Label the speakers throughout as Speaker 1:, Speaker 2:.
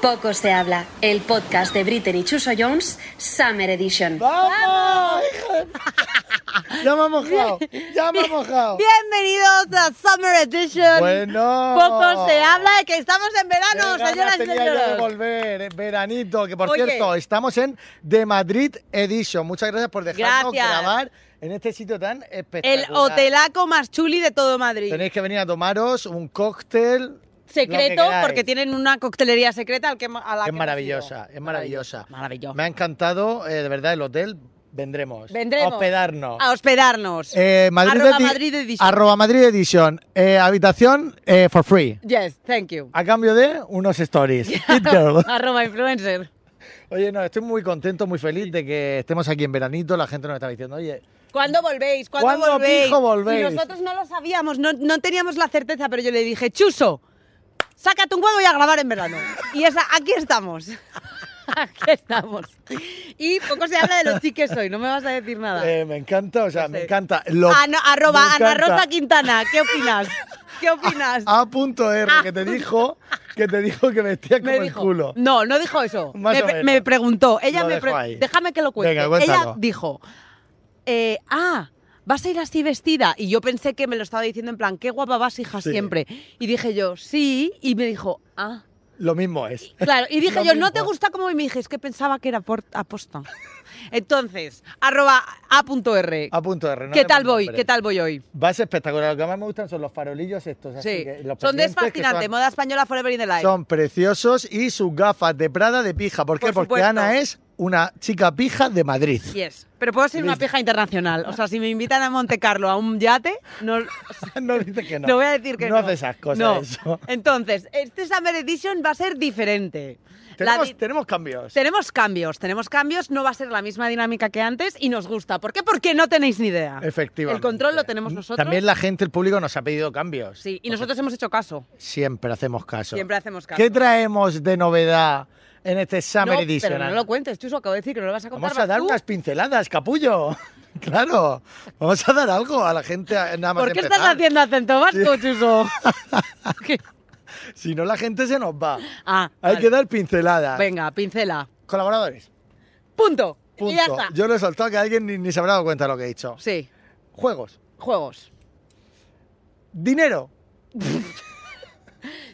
Speaker 1: Poco se habla, el podcast de Britney y Chuso Jones, Summer Edition.
Speaker 2: ¡Vamos! hija de- Ya me ha mojado. Ya me ha mojado.
Speaker 3: Bienvenidos a Summer Edition.
Speaker 2: Bueno.
Speaker 3: Poco se habla de que estamos en
Speaker 2: Qué
Speaker 3: verano,
Speaker 2: ganas
Speaker 3: señoras y
Speaker 2: tenía yo de
Speaker 3: señores.
Speaker 2: volver, eh, veranito, que por
Speaker 3: Oye.
Speaker 2: cierto, estamos en The Madrid Edition. Muchas gracias por dejarnos
Speaker 3: Gracias.
Speaker 2: grabar en este sitio tan
Speaker 3: El
Speaker 2: espectacular.
Speaker 3: hotelaco más chuli de todo Madrid.
Speaker 2: Tenéis que venir a tomaros un cóctel
Speaker 3: Secreto,
Speaker 2: lo que
Speaker 3: porque
Speaker 2: queráis.
Speaker 3: tienen una coctelería secreta al que, ma- a la
Speaker 2: Es
Speaker 3: que hemos
Speaker 2: maravillosa,
Speaker 3: ido.
Speaker 2: es maravillosa.
Speaker 3: Maravilloso.
Speaker 2: Me ha encantado, eh, de verdad, el hotel. Vendremos.
Speaker 3: Vendremos.
Speaker 2: A hospedarnos.
Speaker 3: A hospedarnos.
Speaker 2: Eh, Madrid
Speaker 3: Arroba
Speaker 2: Edi-
Speaker 3: Madrid Edition.
Speaker 2: Arroba Madrid Edition. Eh, habitación eh, for free.
Speaker 3: yes, thank you.
Speaker 2: A cambio de unos stories. Hit girl.
Speaker 3: Arroba influencer.
Speaker 2: Oye, no, estoy muy contento, muy feliz de que estemos aquí en veranito. La gente nos está diciendo, oye,
Speaker 3: ¿Cuándo volvéis? ¿Cuándo,
Speaker 2: ¿Cuándo,
Speaker 3: volvéis?
Speaker 2: pijo, volvéis?
Speaker 3: Y nosotros no lo sabíamos, no, no teníamos la certeza, pero yo le dije, Chuso, sácate un huevo y a grabar en verano. Y esa, aquí estamos. aquí estamos. Y poco se habla de los chiques hoy, no me vas a decir nada.
Speaker 2: eh, me encanta, o sea,
Speaker 3: No sé.
Speaker 2: me encanta. Lo-
Speaker 3: Ana- arroba
Speaker 2: me
Speaker 3: Ana
Speaker 2: encanta.
Speaker 3: Rosa Quintana, ¿qué opinas? ¿Qué opinas?
Speaker 2: A.R, que te dijo que te dijo que vestía como
Speaker 3: Ah. me
Speaker 2: el
Speaker 3: dijo.
Speaker 2: culo.
Speaker 3: No, no dijo eso.
Speaker 2: Más
Speaker 3: me,
Speaker 2: o
Speaker 3: pre-
Speaker 2: menos.
Speaker 3: me preguntó. Ella
Speaker 2: Lo
Speaker 3: me
Speaker 2: dejo
Speaker 3: pre-
Speaker 2: ahí.
Speaker 3: Déjame que lo cuente.
Speaker 2: Venga,
Speaker 3: Ella
Speaker 2: cuéntalo.
Speaker 3: dijo, eh, ah, vas a ir así vestida. Y yo pensé que me lo estaba diciendo en plan, qué guapa vas, hija,
Speaker 2: Sí.
Speaker 3: siempre. Y dije yo, sí. Y me dijo, ah.
Speaker 2: Lo mismo es.
Speaker 3: Claro, y dije
Speaker 2: Lo
Speaker 3: yo, ¿no
Speaker 2: mismo.
Speaker 3: te gusta cómo voy?". me dije? Es que pensaba que era por, aposta. Entonces, arroba a.r.
Speaker 2: A.R, Ah, no
Speaker 3: ¿Qué
Speaker 2: le
Speaker 3: tal
Speaker 2: pongo
Speaker 3: voy?
Speaker 2: nombre.
Speaker 3: ¿Qué tal voy hoy?
Speaker 2: Va a ser espectacular. Lo que más me gustan son los farolillos estos. así
Speaker 3: Sí,
Speaker 2: que los
Speaker 3: son
Speaker 2: pendientes que
Speaker 3: desfascinantes.
Speaker 2: son-
Speaker 3: Moda española forever in the life.
Speaker 2: Son preciosos y sus gafas de Prada de pija. ¿Por qué?
Speaker 3: Por
Speaker 2: Porque
Speaker 3: supuesto.
Speaker 2: Ana es una chica pija de Madrid.
Speaker 3: Yes. Pero puedo ser una
Speaker 2: Listo.
Speaker 3: pija internacional. O sea, si me invitan a Monte Carlo a un yate, no,
Speaker 2: no dices que no.
Speaker 3: no voy a decir que no.
Speaker 2: No hace esas cosas.
Speaker 3: No.
Speaker 2: eso.
Speaker 3: Entonces, este Summer Edition va a ser diferente. La
Speaker 2: Tenemos,
Speaker 3: di-
Speaker 2: tenemos cambios.
Speaker 3: tenemos cambios, tenemos cambios. No va a ser la misma dinámica que antes y nos gusta. ¿Por qué? Porque no tenéis ni idea.
Speaker 2: Efectivamente.
Speaker 3: El control lo tenemos nosotros.
Speaker 2: También la gente, el público, nos ha pedido cambios.
Speaker 3: Sí, y nosotros hemos hecho caso.
Speaker 2: Siempre hacemos caso.
Speaker 3: Siempre hacemos caso.
Speaker 2: ¿Qué traemos de novedad en este Summer
Speaker 3: No,
Speaker 2: Edition?
Speaker 3: pero no
Speaker 2: Ana?
Speaker 3: lo cuentes, Chuso, acabo de decir que no lo vas a contar.
Speaker 2: Vamos a
Speaker 3: vas
Speaker 2: dar
Speaker 3: tú.
Speaker 2: unas pinceladas, capullo. Claro. Vamos a dar algo a la gente a- nada más
Speaker 3: ¿Por qué
Speaker 2: empezar.
Speaker 3: estás haciendo acento vasco, Chuso? ¿Qué?
Speaker 2: Si no, la gente se nos va.
Speaker 3: Ah,
Speaker 2: Hay
Speaker 3: vale.
Speaker 2: que dar pinceladas.
Speaker 3: Venga, pincela.
Speaker 2: Colaboradores.
Speaker 3: Punto.
Speaker 2: Punto.
Speaker 3: Y ya está.
Speaker 2: Yo lo he soltado que alguien ni, ni se habrá dado cuenta de lo que he dicho.
Speaker 3: Sí.
Speaker 2: Juegos.
Speaker 3: Juegos.
Speaker 2: Dinero.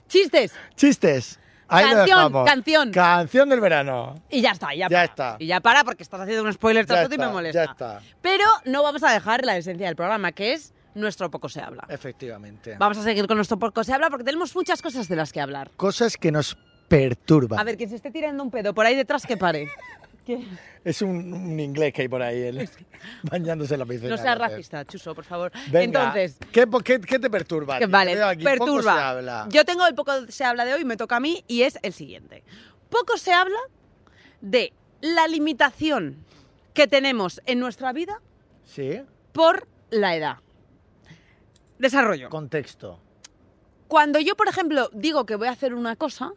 Speaker 3: Chistes.
Speaker 2: Chistes. Ahí lo
Speaker 3: Canción,
Speaker 2: dejamos.
Speaker 3: canción.
Speaker 2: Canción del verano.
Speaker 3: Y ya está, y
Speaker 2: Ya
Speaker 3: ya, para.
Speaker 2: está.
Speaker 3: Y ya para porque estás haciendo un spoiler todo
Speaker 2: Ya
Speaker 3: el rato y
Speaker 2: está,
Speaker 3: me molesta.
Speaker 2: ya está.
Speaker 3: Pero no vamos a dejar la esencia del programa, que es nuestro poco se habla.
Speaker 2: Eh. Efectivamente.
Speaker 3: Vamos a seguir con nuestro poco se habla porque tenemos muchas cosas de las que hablar.
Speaker 2: Cosas que nos perturban.
Speaker 3: A ver, quien se esté tirando un pedo por ahí detrás, que pare. Que-
Speaker 2: Es un, un inglés que hay por ahí, él, bañándose en la piscina.
Speaker 3: No seas
Speaker 2: Entonces,
Speaker 3: racista, Chuso, por favor.
Speaker 2: Venga,
Speaker 3: Entonces,
Speaker 2: ¿qué, po- qué- qué te perturba?
Speaker 3: que
Speaker 2: tío?
Speaker 3: vale,
Speaker 2: Te veo aquí,
Speaker 3: perturba.
Speaker 2: Poco se habla.
Speaker 3: Yo tengo el poco se habla de hoy, me toca a mí, y es el siguiente. Poco se habla de la limitación que tenemos en nuestra vida
Speaker 2: Sí,
Speaker 3: por la edad. Desarrollo.
Speaker 2: contexto.
Speaker 3: Cuando yo, por ejemplo, digo que voy a hacer una cosa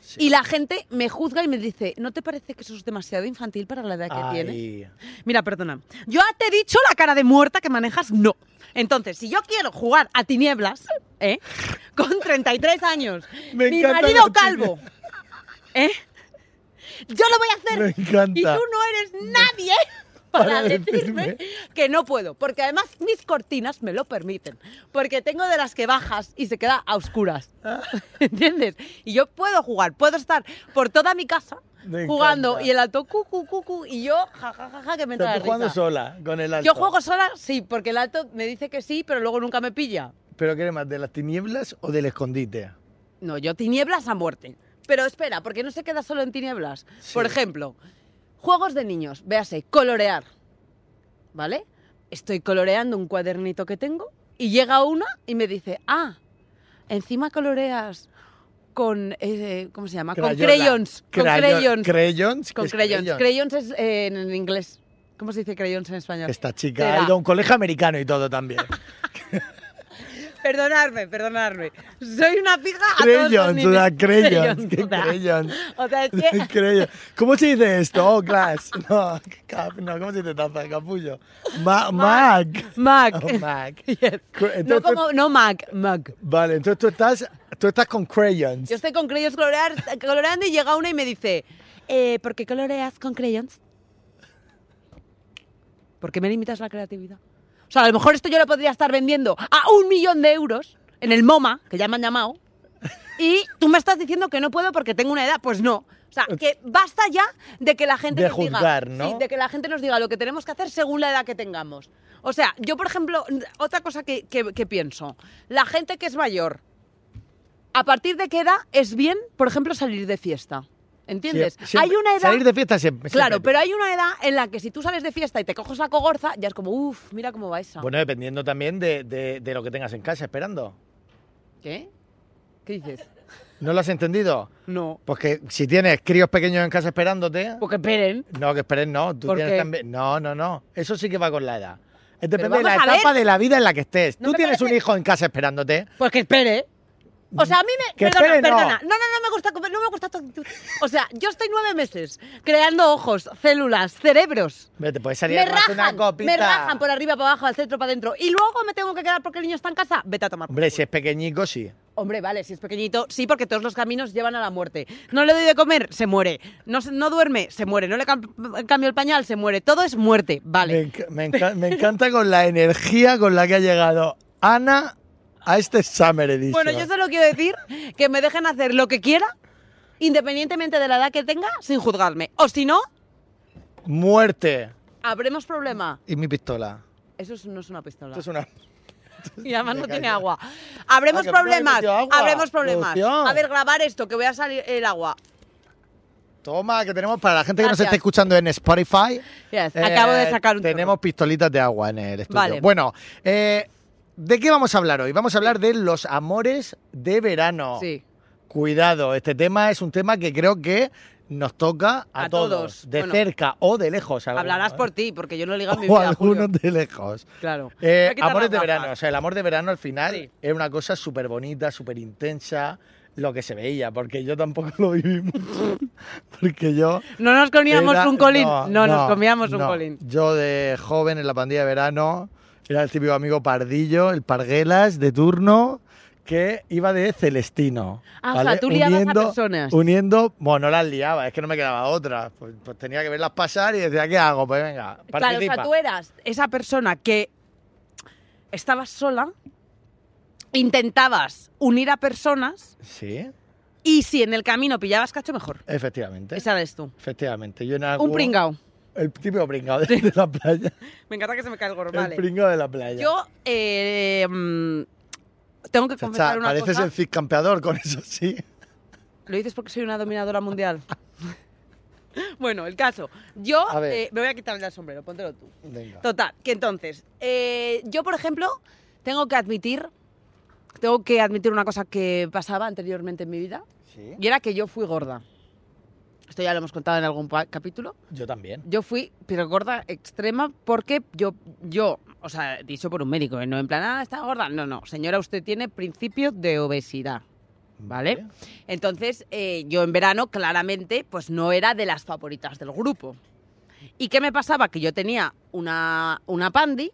Speaker 2: Sí.
Speaker 3: y la gente me juzga y me dice, ¿no te parece que eso es demasiado infantil para la edad que
Speaker 2: Ay,
Speaker 3: tienes? Mira, perdona. Yo te he dicho la cara de muerta que manejas, no. Entonces, si yo quiero jugar a tinieblas, ¿eh? Con 33 años,
Speaker 2: Me
Speaker 3: mi
Speaker 2: encantan
Speaker 3: marido
Speaker 2: las
Speaker 3: calvo, ¿eh? Yo lo voy a hacer.
Speaker 2: Me encanta.
Speaker 3: Y tú no eres nadie para,
Speaker 2: Para
Speaker 3: decirme
Speaker 2: decirme.
Speaker 3: que no puedo. Porque además mis cortinas me lo permiten. Porque tengo de las que bajas y se queda a oscuras.
Speaker 2: Ah.
Speaker 3: ¿Entiendes? Y yo puedo jugar, puedo estar por toda mi casa
Speaker 2: Me
Speaker 3: jugando
Speaker 2: encanta.
Speaker 3: y el alto cu, cu, cu, cu, y yo ja, ja, ja, ja, que me
Speaker 2: Pero
Speaker 3: entra
Speaker 2: tú
Speaker 3: la
Speaker 2: jugando
Speaker 3: risa.
Speaker 2: sola, con el alto.
Speaker 3: Yo juego sola, sí, porque el alto me dice que sí, pero luego nunca me pilla.
Speaker 2: ¿Pero qué eres más, de las tinieblas o del escondite?
Speaker 3: No, yo tinieblas a muerte. Pero espera, porque no se queda solo en tinieblas.
Speaker 2: Sí.
Speaker 3: Por ejemplo, juegos de niños, véase, colorear. ¿Vale? Estoy coloreando un cuadernito que tengo y llega una y me dice, ah, encima coloreas con, eh, ¿cómo se llama? Con
Speaker 2: Crayola.
Speaker 3: crayons. Con
Speaker 2: Crayo-
Speaker 3: crayons.
Speaker 2: Crayons.
Speaker 3: Con
Speaker 2: es
Speaker 3: crayons. Crayons es eh, en inglés. ¿Cómo se dice crayons en español?
Speaker 2: Esta chica
Speaker 3: Será.
Speaker 2: ha ido a un colegio americano y todo también.
Speaker 3: Perdonadme, perdonadme. Soy una fija a todos los
Speaker 2: crayons, o sea,
Speaker 3: niveles.
Speaker 2: crayons. ¿Qué
Speaker 3: Crayons, o sea,
Speaker 2: crayons?
Speaker 3: O sea, es que
Speaker 2: Crayons. ¿Cómo se dice esto? Oh, glass. No, cap- no, ¿cómo se dice taza? Capullo. Ma- Mac.
Speaker 3: Mac.
Speaker 2: Oh, Mac.
Speaker 3: Yes.
Speaker 2: Cr- entonces-
Speaker 3: no como no Mac, Mac.
Speaker 2: Vale, entonces tú estás Tú estás con crayons.
Speaker 3: Yo estoy con crayons colorear- coloreando y llega una y me dice, eh, ¿por qué coloreas con crayons? ¿Por qué me limitas la creatividad? O sea, a lo mejor esto yo lo podría estar vendiendo a un millón de euros en el MoMA, que ya me han llamado, y tú me estás diciendo que no puedo porque tengo una edad. Pues no. O sea, que basta ya de que la gente
Speaker 2: De
Speaker 3: nos
Speaker 2: juzgar,
Speaker 3: diga,
Speaker 2: ¿no?
Speaker 3: sí, de que la gente nos diga lo que tenemos que hacer según la edad que tengamos. O sea, yo, por ejemplo, otra cosa que, que- que pienso, la gente que es mayor, ¿a partir de qué edad es bien, por ejemplo, salir de fiesta? ¿Entiendes?
Speaker 2: Sie- siempre-
Speaker 3: hay una edad...
Speaker 2: Salir de fiesta siempre.
Speaker 3: Claro,
Speaker 2: siempre.
Speaker 3: pero hay una edad en la que si tú sales de fiesta y te coges la cogorza, ya es como, uff, mira cómo va esa.
Speaker 2: Bueno, dependiendo también de, de- de lo que tengas en casa esperando.
Speaker 3: ¿Qué? ¿Qué dices?
Speaker 2: ¿No lo has entendido?
Speaker 3: No.
Speaker 2: Porque si tienes críos pequeños en casa esperándote.
Speaker 3: Porque Pues esperen.
Speaker 2: No, que esperen, no. Tú
Speaker 3: ¿Por
Speaker 2: tienes
Speaker 3: qué?
Speaker 2: también. No, no, no. Eso sí que va con la edad. Es Depende de
Speaker 3: vamos
Speaker 2: la
Speaker 3: a ver.
Speaker 2: etapa de la vida en la que estés.
Speaker 3: No
Speaker 2: Tú
Speaker 3: me
Speaker 2: tienes un
Speaker 3: parece-
Speaker 2: hijo en casa esperándote.
Speaker 3: Pues que espere. O sea, a mí me.
Speaker 2: Que
Speaker 3: perdona,
Speaker 2: espere, no.
Speaker 3: perdona. No, no, no me gusta. comer- No me gusta tu actitud. O sea, yo estoy nueve meses creando ojos, células, cerebros.
Speaker 2: Hombre, Te puedes salir
Speaker 3: Me
Speaker 2: a tomarte
Speaker 3: rajan,
Speaker 2: una copita.
Speaker 3: me rajan por arriba, para abajo, al centro, para adentro. Y luego me tengo que quedar porque el niño está en casa. Vete a tomar. por
Speaker 2: Hombre,
Speaker 3: culo.
Speaker 2: si es pequeñico, sí.
Speaker 3: Hombre, vale, si es pequeñito, sí, porque todos los caminos llevan a la muerte. No le doy de comer, se muere. No, se- no duerme, se muere. No le cam- cambio el pañal, se muere. Todo es muerte,
Speaker 2: Me,
Speaker 3: vale.
Speaker 2: enca- me enca- me encanta con la energía con la que ha llegado Ana a este Summer Edition.
Speaker 3: Bueno, yo solo quiero decir que me dejen hacer lo que quiera, independientemente de la edad que tenga, sin juzgarme. O si no,
Speaker 2: Muerte
Speaker 3: habremos problema.
Speaker 2: y mi pistola.
Speaker 3: Eso es- no es una pistola.
Speaker 2: Esto es una...
Speaker 3: Y además no
Speaker 2: Venga,
Speaker 3: tiene
Speaker 2: ya.
Speaker 3: agua. Habremos
Speaker 2: Ah, que no le
Speaker 3: problemas.
Speaker 2: metió agua.
Speaker 3: Habremos problemas.
Speaker 2: Producción.
Speaker 3: A ver, grabar esto, que voy a salir el agua.
Speaker 2: Toma, que tenemos para la gente que nos
Speaker 3: Gracias.
Speaker 2: esté escuchando en Spotify. eh,
Speaker 3: Yes, acabo de sacar un
Speaker 2: Tenemos pistolitas de agua en el estudio.
Speaker 3: Vale.
Speaker 2: Bueno, eh, ¿de qué vamos a hablar hoy? Vamos a hablar de los amores de verano.
Speaker 3: Sí.
Speaker 2: Cuidado, este tema es un tema que creo que nos toca a,
Speaker 3: A todos.
Speaker 2: de
Speaker 3: Bueno.
Speaker 2: cerca o de lejos. algunos,
Speaker 3: Hablarás
Speaker 2: ¿eh?
Speaker 3: por ti, porque yo no ligo en mi
Speaker 2: O
Speaker 3: vida. Julio.
Speaker 2: algunos de lejos.
Speaker 3: Claro.
Speaker 2: Eh,
Speaker 3: Voy a quitar
Speaker 2: amores
Speaker 3: las
Speaker 2: de
Speaker 3: gafas.
Speaker 2: verano, o sea, el amor de verano al final
Speaker 3: Sí.
Speaker 2: es una cosa súper bonita, súper intensa, lo que se veía, porque yo tampoco lo viví mucho, porque yo...
Speaker 3: No nos comíamos
Speaker 2: era-
Speaker 3: un colín. No, nos comíamos un
Speaker 2: no.
Speaker 3: colín.
Speaker 2: Yo de joven en la pandilla de verano era el típico amigo pardillo, el parguelas de turno, que iba de celestino.
Speaker 3: Ah, o sea, tú liabas a personas.
Speaker 2: Uniendo, bueno, no las liaba, es que no me quedaba otra, pues, pues tenía que verlas pasar y decía, ¿qué hago? Pues venga,
Speaker 3: Claro, o
Speaker 2: participa.
Speaker 3: sea, tú eras esa persona que estabas sola, intentabas unir a personas
Speaker 2: Sí,
Speaker 3: y si en el camino pillabas cacho, mejor.
Speaker 2: efectivamente.
Speaker 3: Esa eres tú.
Speaker 2: Efectivamente, yo en algún-
Speaker 3: Un pringao.
Speaker 2: El típico pringao de, de la playa.
Speaker 3: Me encanta que se me caiga el gorro.
Speaker 2: El
Speaker 3: Vale.
Speaker 2: pringao de la playa.
Speaker 3: Yo eh, mm, tengo que
Speaker 2: Chacha,
Speaker 3: confesar una
Speaker 2: pareces
Speaker 3: cosa.
Speaker 2: el Cid campeador con eso, sí.
Speaker 3: Lo dices porque soy una dominadora mundial. bueno, el caso. Yo
Speaker 2: A ver.
Speaker 3: eh, me voy a quitar el sombrero, póntelo tú.
Speaker 2: Venga.
Speaker 3: Total, que entonces, eh, yo por ejemplo, tengo que admitir, tengo que admitir una cosa que pasaba anteriormente en mi vida,
Speaker 2: Sí.
Speaker 3: y era que yo fui gorda. Esto ya lo hemos contado en algún pa- capítulo.
Speaker 2: Yo también.
Speaker 3: Yo fui, pero gorda extrema, porque yo, yo, o sea, dicho por un médico, ¿eh? no en plan, ah, está gorda. No, no, señora, usted tiene principio de obesidad. ¿Vale? Entonces, eh, yo en verano, claramente, pues no era de las favoritas del grupo. ¿Y qué me pasaba? Que yo tenía una, una pandi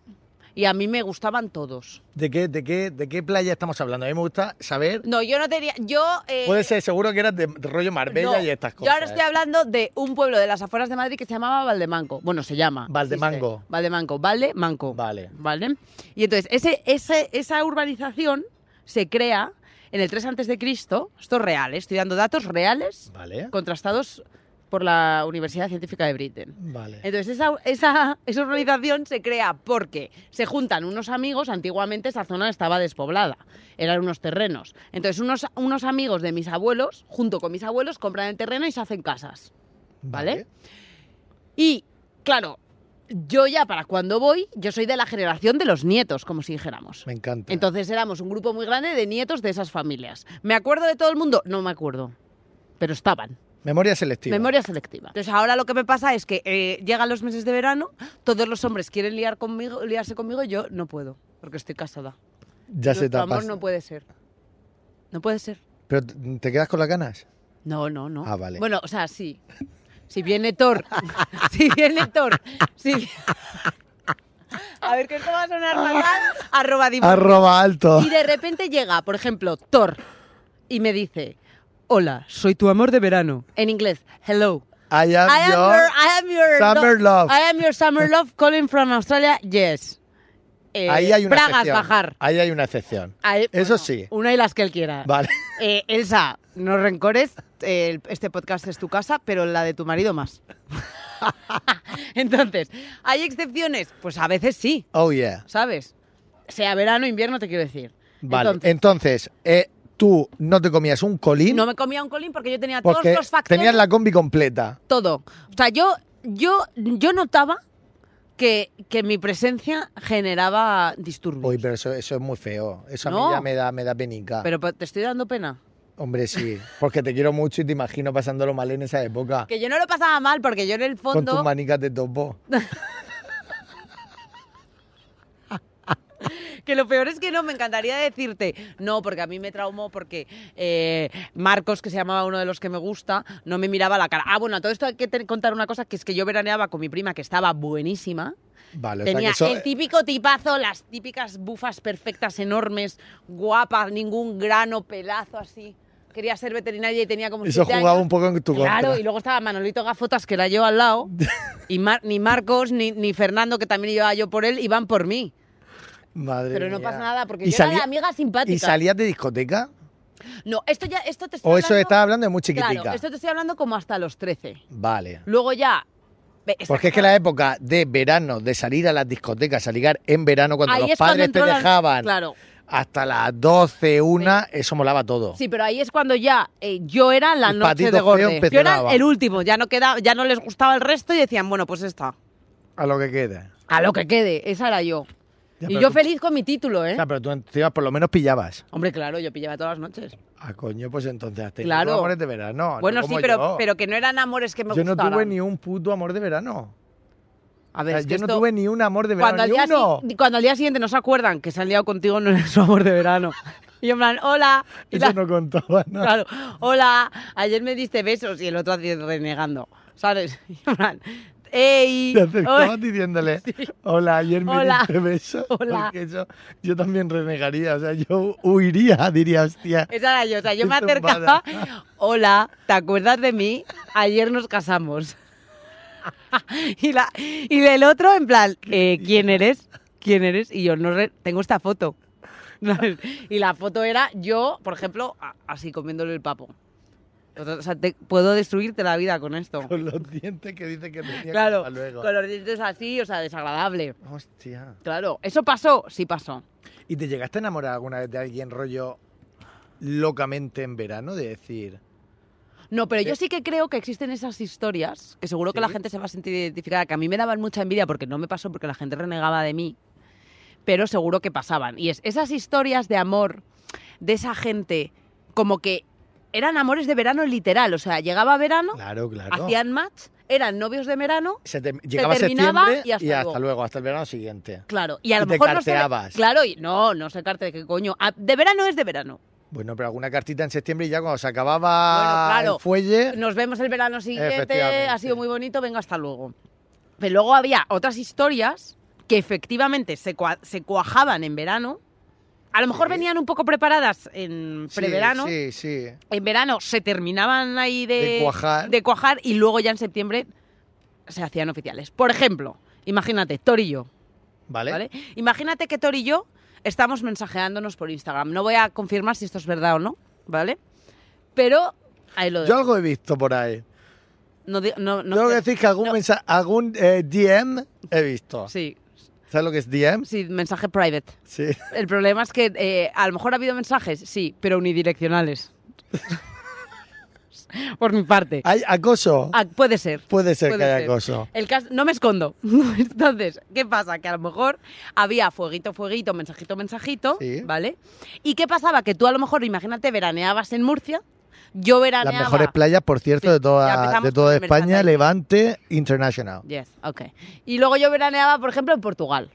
Speaker 3: y a mí me gustaban todos.
Speaker 2: ¿De qué, de, qué, ¿De qué playa estamos hablando? A mí me gusta saber.
Speaker 3: No, yo no tenía. Yo. eh,
Speaker 2: Puede ser, seguro que eras de, de rollo Marbella
Speaker 3: no,
Speaker 2: y estas cosas. ¿eh?
Speaker 3: Yo ahora estoy hablando de un pueblo de las afueras de Madrid que se llamaba Valdemanco. Bueno, se llama.
Speaker 2: Valdemango.
Speaker 3: existe. Valdemanco. Valdemanco.
Speaker 2: Vale.
Speaker 3: ¿Vale? Y entonces, ese, ese- esa urbanización se crea en el 3 antes de Cristo. Esto es real, ¿eh? estoy dando datos reales
Speaker 2: Vale.
Speaker 3: contrastados por la Universidad Científica de Britain.
Speaker 2: Vale.
Speaker 3: Entonces, esa, esa, esa urbanización se crea porque se juntan unos amigos, antiguamente esa zona estaba despoblada, eran unos terrenos. Entonces, unos, unos amigos de mis abuelos, junto con mis abuelos, compran el terreno y se hacen casas. ¿vale? Y, claro, yo ya para cuando voy, yo soy de la generación de los nietos, como si dijéramos.
Speaker 2: Me encanta.
Speaker 3: Entonces éramos un grupo muy grande de nietos de esas familias. ¿Me acuerdo de todo el mundo? No me acuerdo, pero estaban.
Speaker 2: Memoria selectiva.
Speaker 3: Memoria selectiva. Entonces ahora lo que me pasa es que eh, llegan los meses de verano, todos los hombres quieren liar conmigo, liarse conmigo y yo no puedo, porque estoy casada.
Speaker 2: Ya se
Speaker 3: Nuestro
Speaker 2: tapas.
Speaker 3: amor no puede ser. No puede ser.
Speaker 2: Pero t- te quedas con las ganas.
Speaker 3: No, no, no.
Speaker 2: Ah, vale.
Speaker 3: Bueno, o sea, sí. Si viene Thor, si viene Thor, si vi- A ver, que esto va a sonar fatal. Arroba dibujo.
Speaker 2: Arroba alto.
Speaker 3: Y de repente llega, por ejemplo, Thor. y me dice, hola, soy tu amor de verano. En inglés, hello.
Speaker 2: I am,
Speaker 3: I am
Speaker 2: your-
Speaker 3: your, I am your
Speaker 2: summer love.
Speaker 3: I am your summer love calling from Australia. Yes. Eh,
Speaker 2: Ahí hay una
Speaker 3: Pragas
Speaker 2: excepción.
Speaker 3: bajar.
Speaker 2: Ahí hay una excepción.
Speaker 3: Ahí-
Speaker 2: Eso
Speaker 3: bueno,
Speaker 2: sí.
Speaker 3: Una y las que él quiera.
Speaker 2: Vale.
Speaker 3: Eh, Elsa, no rencores. eh, este podcast es tu casa, pero la de tu marido más. Entonces, ¿hay excepciones? Pues a veces sí,
Speaker 2: Oh, yeah.
Speaker 3: ¿sabes? Sea verano, invierno, te quiero decir.
Speaker 2: Vale.
Speaker 3: Entonces,
Speaker 2: Entonces, eh, tú no te comías un colín
Speaker 3: no me comía un colín porque yo tenía
Speaker 2: porque
Speaker 3: todos los factores.
Speaker 2: tenías la combi completa.
Speaker 3: Todo. O sea, yo, yo, yo notaba que, que mi presencia generaba disturbios.
Speaker 2: Uy, pero eso, eso es muy feo. Eso a
Speaker 3: No.
Speaker 2: mí ya me da, me da penica.
Speaker 3: Pero pa- te estoy dando pena.
Speaker 2: Hombre, sí. Porque te quiero mucho y te imagino pasándolo mal en esa época.
Speaker 3: Que yo no lo pasaba mal porque yo en el
Speaker 2: Con tus
Speaker 3: fondo...
Speaker 2: manicas de topo.
Speaker 3: Que lo peor es que no, me encantaría decirte, no, porque a mí me traumó porque eh, Marcos, que se llamaba uno de los que me gusta, no me miraba la cara. Ah, bueno, a todo esto hay que te- contar una cosa, que es que yo veraneaba con mi prima, que estaba buenísima.
Speaker 2: Vale, o sea que
Speaker 3: Tenía
Speaker 2: eso-
Speaker 3: el típico tipazo, las típicas bufas perfectas, enormes, guapas, ningún grano, pelazo así. Quería ser veterinaria y tenía como
Speaker 2: eso
Speaker 3: siete
Speaker 2: jugaba
Speaker 3: años.
Speaker 2: un poco en tu contra.
Speaker 3: Claro, y luego estaba Manolito Gafotas, que la llevo al lado, y Mar- ni Marcos, ni, ni Fernando, que también llevaba yo por él, iban por mí.
Speaker 2: Madre
Speaker 3: Pero no
Speaker 2: mía.
Speaker 3: pasa nada, porque
Speaker 2: ¿Y
Speaker 3: yo
Speaker 2: salía-
Speaker 3: era la amiga simpática.
Speaker 2: ¿Y salías de discoteca?
Speaker 3: No, esto ya, esto te estoy
Speaker 2: ¿O
Speaker 3: hablando...
Speaker 2: eso estás hablando de muy
Speaker 3: Claro,
Speaker 2: chiquitica?
Speaker 3: esto te estoy hablando como hasta los 13.
Speaker 2: Vale.
Speaker 3: Luego ya... ve, esta-
Speaker 2: Porque es que la época de verano, de salir a las discotecas, a ligar en verano cuando
Speaker 3: ahí
Speaker 2: los
Speaker 3: es cuando
Speaker 2: padres te
Speaker 3: entró la-
Speaker 2: dejaban
Speaker 3: Claro,
Speaker 2: hasta las 12, una, eso molaba todo.
Speaker 3: sí, pero ahí es cuando ya eh, yo era la
Speaker 2: El
Speaker 3: noche
Speaker 2: patito
Speaker 3: de
Speaker 2: feo
Speaker 3: gordo. Yo era
Speaker 2: empezaba.
Speaker 3: el último, ya no, quedaba, ya no les gustaba el resto y decían, bueno, pues esta,
Speaker 2: A lo que quede.
Speaker 3: a lo que quede, esa era yo.
Speaker 2: Ya,
Speaker 3: y
Speaker 2: pero
Speaker 3: yo
Speaker 2: tú-
Speaker 3: feliz con mi título, ¿eh?
Speaker 2: O sea, pero tú encima por lo menos pillabas.
Speaker 3: Hombre, claro, yo pillaba todas las noches.
Speaker 2: Ah, coño, pues entonces has tenido
Speaker 3: Claro.
Speaker 2: amores de verano. no
Speaker 3: bueno, sí,
Speaker 2: como
Speaker 3: pero,
Speaker 2: yo.
Speaker 3: pero que no eran amores que me
Speaker 2: Yo no
Speaker 3: gustaran.
Speaker 2: tuve ni un puto amor de verano.
Speaker 3: A
Speaker 2: O
Speaker 3: ver,
Speaker 2: sea,
Speaker 3: es que
Speaker 2: yo no
Speaker 3: esto-
Speaker 2: tuve ni un amor de verano,
Speaker 3: cuando al,
Speaker 2: ni
Speaker 3: día
Speaker 2: uno.
Speaker 3: si- cuando al día siguiente no se acuerdan que se han liado contigo no es su amor de verano. Y yo en plan, hola. Y
Speaker 2: Eso
Speaker 3: la-
Speaker 2: no contaba nada.
Speaker 3: Claro, hola, ayer me diste besos y el otro así renegando, ¿sabes? Y en plan, ¡ey!
Speaker 2: Te acercabas
Speaker 3: hola".
Speaker 2: diciéndole, hola, ayer me
Speaker 3: Hola.
Speaker 2: diste beso.
Speaker 3: Hola.
Speaker 2: Porque yo, yo también renegaría, o sea, yo huiría, diría, hostia.
Speaker 3: Esa era yo, o sea, yo me
Speaker 2: Qué
Speaker 3: acercaba,
Speaker 2: tumbada.
Speaker 3: hola, ¿te acuerdas de mí? Ayer nos casamos. y, la, y el otro en plan, eh, ¿quién eres? ¿Quién eres? Y yo no re- tengo esta foto. y la foto era yo, por ejemplo, a- así comiéndole el papo. O sea, te- puedo destruirte la vida con esto.
Speaker 2: Con los dientes que dice que tenía
Speaker 3: Claro,
Speaker 2: hasta luego.
Speaker 3: con los dientes así, o sea, desagradable.
Speaker 2: Hostia.
Speaker 3: Claro, ¿eso pasó? Sí pasó.
Speaker 2: ¿Y te llegaste a enamorar alguna vez de alguien rollo locamente en verano? De decir,
Speaker 3: No, pero yo sí que creo que existen esas historias, que seguro que la
Speaker 2: Eh. Sí.
Speaker 3: gente se va a sentir identificada, que a mí me daban mucha envidia porque no me pasó, porque la gente renegaba de mí, pero seguro que pasaban. Y es esas historias de amor de esa gente, como que eran amores de verano literal, o sea, llegaba verano,
Speaker 2: claro, claro.
Speaker 3: hacían match, eran novios de verano,
Speaker 2: Se te- llegaba
Speaker 3: terminaba
Speaker 2: septiembre
Speaker 3: y hasta luego.
Speaker 2: hasta el verano siguiente.
Speaker 3: claro, y a lo
Speaker 2: Y te
Speaker 3: mejor no se-
Speaker 2: carteabas.
Speaker 3: Claro, y- no, no sé carte de qué coño. Ah, De verano es de verano.
Speaker 2: Bueno, pero alguna cartita en septiembre y ya cuando se acababa
Speaker 3: Bueno, claro.
Speaker 2: el fuelle,
Speaker 3: nos vemos el verano siguiente,
Speaker 2: Efectivamente.
Speaker 3: ha sido muy bonito, venga, hasta luego. Pero luego había otras historias que efectivamente se, cua- se cuajaban en verano. A lo mejor
Speaker 2: Sí.
Speaker 3: venían un poco preparadas en
Speaker 2: sí,
Speaker 3: preverano.
Speaker 2: Sí, sí.
Speaker 3: En verano se terminaban ahí de,
Speaker 2: De cuajar.
Speaker 3: de cuajar y luego ya en septiembre se hacían oficiales. Por ejemplo, imagínate, Tori y yo.
Speaker 2: ¿Vale?
Speaker 3: ¿vale? Imagínate que Tori y yo estamos mensajeándonos por Instagram. No voy a confirmar si esto es verdad o no, ¿vale? Pero ahí lo
Speaker 2: Yo
Speaker 3: dejo.
Speaker 2: algo he visto por ahí.
Speaker 3: No di- no- no
Speaker 2: Tengo que
Speaker 3: quiero-
Speaker 2: decir que algún,
Speaker 3: no.
Speaker 2: mensa- algún eh, DM he visto.
Speaker 3: Sí,
Speaker 2: ¿Sabes lo que es DM?
Speaker 3: sí, mensaje private.
Speaker 2: Sí.
Speaker 3: El problema es que eh, a lo mejor ha habido mensajes, sí, pero unidireccionales. Por mi parte.
Speaker 2: ¿Hay acoso?
Speaker 3: Ah, puede ser.
Speaker 2: Puede ser que
Speaker 3: puede
Speaker 2: haya
Speaker 3: ser.
Speaker 2: acoso.
Speaker 3: El caso, no me escondo. Entonces, ¿qué pasa? Que a lo mejor había fueguito, fueguito, mensajito, mensajito,
Speaker 2: Sí.
Speaker 3: ¿vale? ¿Y qué pasaba? Que tú a lo mejor, imagínate, veraneabas en Murcia, yo veraneaba...
Speaker 2: Las mejores playas, por cierto,
Speaker 3: Sí,
Speaker 2: de
Speaker 3: ya
Speaker 2: toda,
Speaker 3: empezamos
Speaker 2: de toda
Speaker 3: con el
Speaker 2: España,
Speaker 3: merchandising.
Speaker 2: Levante International.
Speaker 3: Yes, ok. Y luego yo veraneaba, por ejemplo, en Portugal.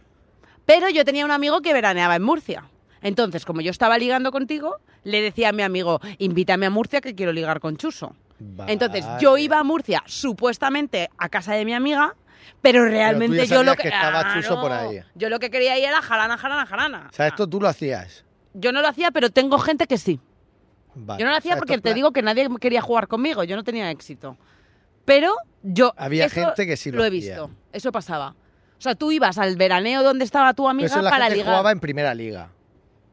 Speaker 3: Pero yo tenía un amigo que veraneaba en Murcia. Entonces, como yo estaba ligando contigo, le decía a mi amigo, invítame a Murcia que quiero ligar con Chuso. Entonces, yo
Speaker 2: Vale.
Speaker 3: iba a Murcia supuestamente a casa de mi amiga, pero realmente
Speaker 2: ya
Speaker 3: yo lo
Speaker 2: sabías que estaba Chuso por ahí.
Speaker 3: Yo lo que quería ir era jarana, jarana, jarana.
Speaker 2: O sea, esto tú lo hacías.
Speaker 3: Yo no lo hacía, pero tengo gente que sí.
Speaker 2: Vale,
Speaker 3: Yo no lo
Speaker 2: o
Speaker 3: hacía
Speaker 2: sea,
Speaker 3: porque
Speaker 2: esto-
Speaker 3: te digo que nadie quería jugar conmigo, yo no tenía éxito. Pero yo.
Speaker 2: Había
Speaker 3: eso
Speaker 2: gente que sí lo
Speaker 3: Lo he
Speaker 2: hacía.
Speaker 3: visto, eso pasaba. O sea, tú ibas al veraneo donde estaba tu
Speaker 2: Pero
Speaker 3: amiga
Speaker 2: eso la
Speaker 3: para
Speaker 2: gente
Speaker 3: ligar.
Speaker 2: jugaba en primera liga.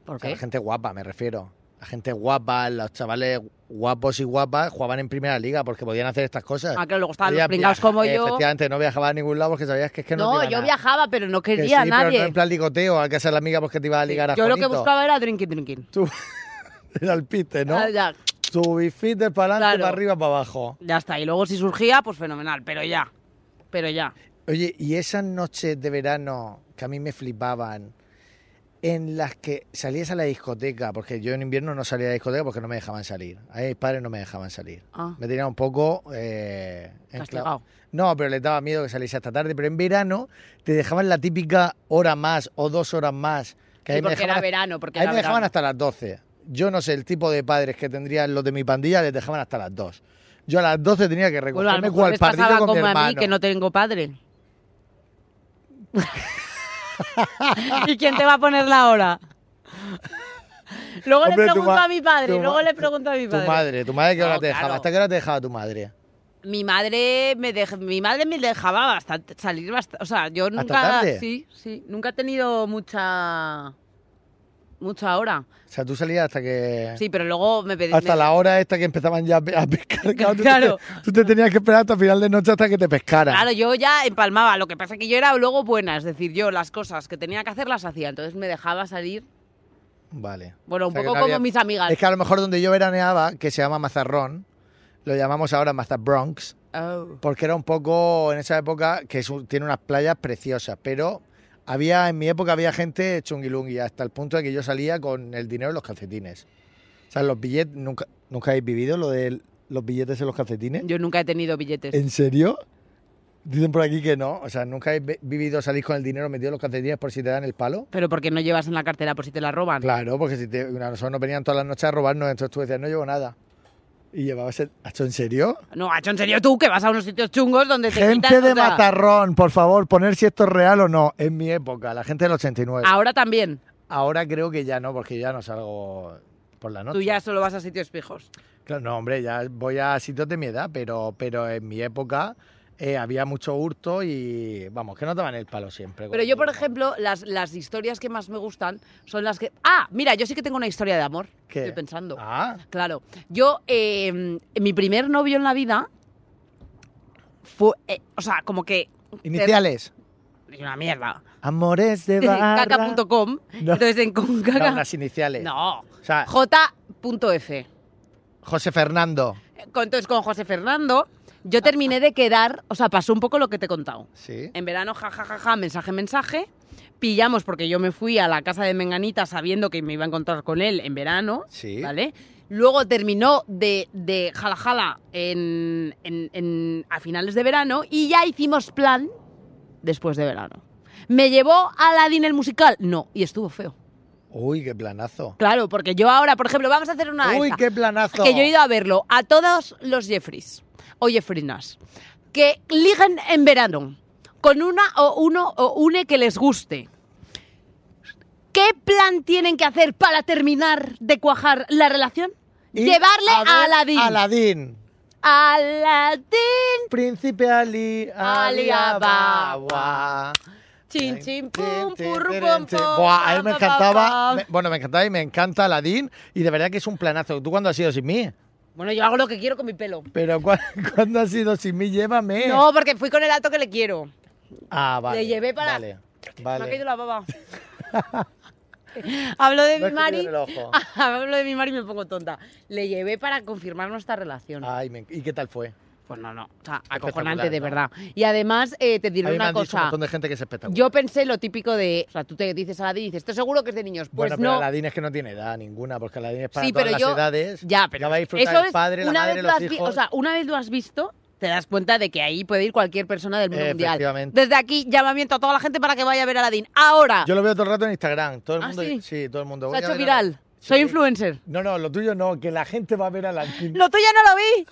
Speaker 3: ¿Por
Speaker 2: O sea,
Speaker 3: qué?
Speaker 2: la gente guapa, me refiero. La gente guapa, los chavales guapos y guapas jugaban en primera liga porque podían hacer estas cosas.
Speaker 3: Ah, claro, luego estaban
Speaker 2: Podías
Speaker 3: los pringados
Speaker 2: viajar-
Speaker 3: como yo.
Speaker 2: Efectivamente, no viajaba a ningún lado porque sabías que es que no.
Speaker 3: No,
Speaker 2: te iban
Speaker 3: yo
Speaker 2: a-
Speaker 3: viajaba, pero no
Speaker 2: que
Speaker 3: quería a
Speaker 2: sí, pero
Speaker 3: nadie.
Speaker 2: no en plan ligoteo, a casa de la amiga porque te iba a ligar a
Speaker 3: yo lo que
Speaker 2: Juanito.
Speaker 3: buscaba era drinking, drinking.
Speaker 2: Tú, era el pite, ¿no?
Speaker 3: Ah, ya,
Speaker 2: Subifite para adelante,
Speaker 3: Claro.
Speaker 2: para arriba, para abajo.
Speaker 3: ya está. Y luego si surgía, pues fenomenal, pero ya. Pero ya.
Speaker 2: Oye, y esas noches de verano que a mí me flipaban, en las que salías a la discoteca, porque yo en invierno no salía a la discoteca porque no me dejaban salir. A mis padres no me dejaban salir.
Speaker 3: Ah.
Speaker 2: Me tenían un poco... eh, encla-
Speaker 3: Castigado.
Speaker 2: No, pero les daba miedo que saliese hasta tarde. Pero en verano te dejaban la típica hora más o dos horas más. Que
Speaker 3: Sí,
Speaker 2: ahí me
Speaker 3: porque era
Speaker 2: dejaban-
Speaker 3: verano, porque
Speaker 2: Ahí
Speaker 3: era
Speaker 2: me dejaban
Speaker 3: verano.
Speaker 2: hasta las 12. Yo no sé, el tipo de padres que tendrían los de mi pandilla les dejaban hasta las 2. Yo a las 12 tenía que
Speaker 3: Bueno, a lo
Speaker 2: recogerme
Speaker 3: mejor
Speaker 2: cual
Speaker 3: les
Speaker 2: partido
Speaker 3: pasaba
Speaker 2: con mi
Speaker 3: como a mí,
Speaker 2: hermano.
Speaker 3: que no tengo padre. ¿Y quién te va a poner la hora? Luego
Speaker 2: Hombre,
Speaker 3: le
Speaker 2: tu
Speaker 3: pregunto
Speaker 2: ma-
Speaker 3: a mi padre,
Speaker 2: tu ma-
Speaker 3: luego le pregunto a mi
Speaker 2: Tu
Speaker 3: padre.
Speaker 2: madre, tu madre, ¿qué hora
Speaker 3: No,
Speaker 2: te dejaba?
Speaker 3: claro.
Speaker 2: ¿Hasta qué hora te dejaba tu madre?
Speaker 3: Mi madre me dej- mi madre me dejaba bastante salir bastante, o sea, yo
Speaker 2: ¿Hasta
Speaker 3: nunca
Speaker 2: tarde?
Speaker 3: sí, sí, nunca he tenido mucha mucha hora.
Speaker 2: O sea, tú salías hasta que.
Speaker 3: Sí, pero luego me pedí
Speaker 2: Eh. hasta
Speaker 3: me-
Speaker 2: la hora esta que empezaban ya a pe- a pescar. Claro, tú,
Speaker 3: Claro.
Speaker 2: Te, tú te tenías que esperar hasta final de noche hasta que te pescaran.
Speaker 3: Claro, yo ya empalmaba, lo que pasa es que yo era luego buena, es decir, yo las cosas que tenía que hacer las hacía, entonces me dejaba salir
Speaker 2: Vale.
Speaker 3: Bueno, un
Speaker 2: que
Speaker 3: poco como mis amigas.
Speaker 2: Es que a lo mejor donde yo veraneaba, que se llama Mazarrón, lo llamamos ahora Mazabronx,
Speaker 3: Oh.
Speaker 2: porque era un poco en esa época que es un- tiene unas playas preciosas, pero había en mi época había gente chungilungui hasta el punto de que yo salía con el dinero en los calcetines. O sea, los billetes nunca nunca habéis vivido lo de los billetes en los calcetines?
Speaker 3: Yo nunca he tenido billetes.
Speaker 2: ¿En serio? Dicen por aquí que no, o sea, nunca habéis ve- vivido salir con el dinero metido en los calcetines por si te dan el palo.
Speaker 3: Pero porque no llevas en la cartera por si te la roban.
Speaker 2: Claro, porque si te, a nosotros nos venían todas las noches a robarnos, entonces tú decías, no llevo nada. Y llevabas el... ¿Hacho en serio?
Speaker 3: No, hacho, en serio tú que vas a unos sitios chungos donde te
Speaker 2: Gente
Speaker 3: quitan, o
Speaker 2: de
Speaker 3: sea,
Speaker 2: Matarrón, por favor, poner si esto es real o no. En mi época, la gente del 89.
Speaker 3: Ahora también.
Speaker 2: Ahora creo que ya no, porque ya no salgo por la noche.
Speaker 3: Tú ya solo vas a sitios fijos.
Speaker 2: Claro, no, hombre, ya voy a sitios de mi edad, pero, pero en mi época eh, había mucho hurto y, vamos, que no daban el palo siempre.
Speaker 3: Pero yo, por ejemplo, las, las historias que más me gustan son las que... Ah, mira, yo sí que tengo una historia de amor.
Speaker 2: ¿Qué?
Speaker 3: Estoy pensando.
Speaker 2: Ah,
Speaker 3: Claro. Yo, eh, mi primer novio en la vida fue... eh, o sea, como que...
Speaker 2: iniciales.
Speaker 3: Una mierda.
Speaker 2: Amores de barra.
Speaker 3: Caca.com.
Speaker 2: No.
Speaker 3: Entonces, en con
Speaker 2: No,
Speaker 3: caca...
Speaker 2: unas iniciales.
Speaker 3: No.
Speaker 2: O sea,
Speaker 3: J.F.
Speaker 2: José Fernando.
Speaker 3: Con- Entonces, con José Fernando, yo terminé de quedar, o sea, pasó un poco lo que te he contado.
Speaker 2: Sí.
Speaker 3: En verano, jajajaja, mensaje, mensaje. Pillamos porque yo me fui a la casa de Menganita sabiendo que me iba a encontrar con él en verano.
Speaker 2: Sí.
Speaker 3: ¿Vale? Luego terminó de, de jala jala en- en- en- a finales de verano y ya hicimos plan después de verano. ¿Me llevó Aladdin el musical? No, y estuvo feo.
Speaker 2: Uy, qué planazo.
Speaker 3: Claro, porque yo ahora, por ejemplo, vamos a hacer una.
Speaker 2: Uy,
Speaker 3: esta.
Speaker 2: qué planazo.
Speaker 3: Que yo he ido a verlo a todos los Jeffries o Jeffrinas que ligan en verano con una o uno o une que les guste. ¿Qué plan tienen que hacer para terminar de cuajar la relación?
Speaker 2: Y
Speaker 3: Llevarle
Speaker 2: ver
Speaker 3: a Aladín.
Speaker 2: Aladín.
Speaker 3: Aladín.
Speaker 2: Príncipe Ali, Ali
Speaker 3: Ali
Speaker 2: Ababa.
Speaker 3: Chin, chin, pum,
Speaker 2: Tin, tin,
Speaker 3: purrum,
Speaker 2: tin,
Speaker 3: pum,
Speaker 2: tin.
Speaker 3: pum,
Speaker 2: Buah, a mí me
Speaker 3: pa, pa,
Speaker 2: encantaba.
Speaker 3: pa.
Speaker 2: me- bueno, me encantaba y me encanta Aladín. Y de verdad que es un planazo. ¿Tú cuándo has ido sin mí?
Speaker 3: Bueno, yo hago lo que quiero con mi pelo.
Speaker 2: Pero cua- ¿cuándo has ido sin mí? Llévame.
Speaker 3: No, porque fui con el alto que le quiero.
Speaker 2: Ah, vale.
Speaker 3: Le llevé para-
Speaker 2: Vale.
Speaker 3: Me ha
Speaker 2: vale.
Speaker 3: caído la baba. Hablo de
Speaker 2: Me
Speaker 3: mi
Speaker 2: he
Speaker 3: Mari.
Speaker 2: escupido en el ojo.
Speaker 3: Hablo de mi Mari y me pongo tonta. Le llevé para confirmar nuestra relación.
Speaker 2: Ay, me- ¿y qué tal fue?
Speaker 3: Pues no, no. O sea, acojonante
Speaker 2: Ah. Espectacular,
Speaker 3: de
Speaker 2: ¿no?
Speaker 3: verdad. Y además, eh, te diré
Speaker 2: a mí me
Speaker 3: una
Speaker 2: han dicho un
Speaker 3: cosa.
Speaker 2: montón de gente que es espectacular.
Speaker 3: Yo pensé lo típico de. O sea, tú te dices a la y dices, esto seguro que es de niños. Pues
Speaker 2: bueno, pero
Speaker 3: no.
Speaker 2: Aladín es que no tiene edad ninguna, porque Aladín es para
Speaker 3: sí,
Speaker 2: todas
Speaker 3: pero
Speaker 2: las
Speaker 3: yo.
Speaker 2: edades.
Speaker 3: Ya, pero.
Speaker 2: va a disfrutar
Speaker 3: eso
Speaker 2: el
Speaker 3: es-
Speaker 2: padre, la
Speaker 3: una
Speaker 2: madre,
Speaker 3: vez
Speaker 2: los
Speaker 3: lo has vi-
Speaker 2: hijos.
Speaker 3: O sea, una vez lo has visto. Te das cuenta de que ahí puede ir cualquier persona del mundo mundial.
Speaker 2: Efectivamente.
Speaker 3: Desde aquí, llamamiento a toda la gente para que vaya a ver a Aladín. Ahora.
Speaker 2: Yo lo veo todo el rato en Instagram. Todo el
Speaker 3: ¿Ah,
Speaker 2: mundo.
Speaker 3: sí?
Speaker 2: todo el mundo.
Speaker 3: se ha
Speaker 2: Voy a
Speaker 3: hecho
Speaker 2: ver a-
Speaker 3: viral. Soy
Speaker 2: Sí.
Speaker 3: influencer.
Speaker 2: No, no, lo tuyo no, que la gente va a ver a Aladín.
Speaker 3: Lo tuyo no lo vi.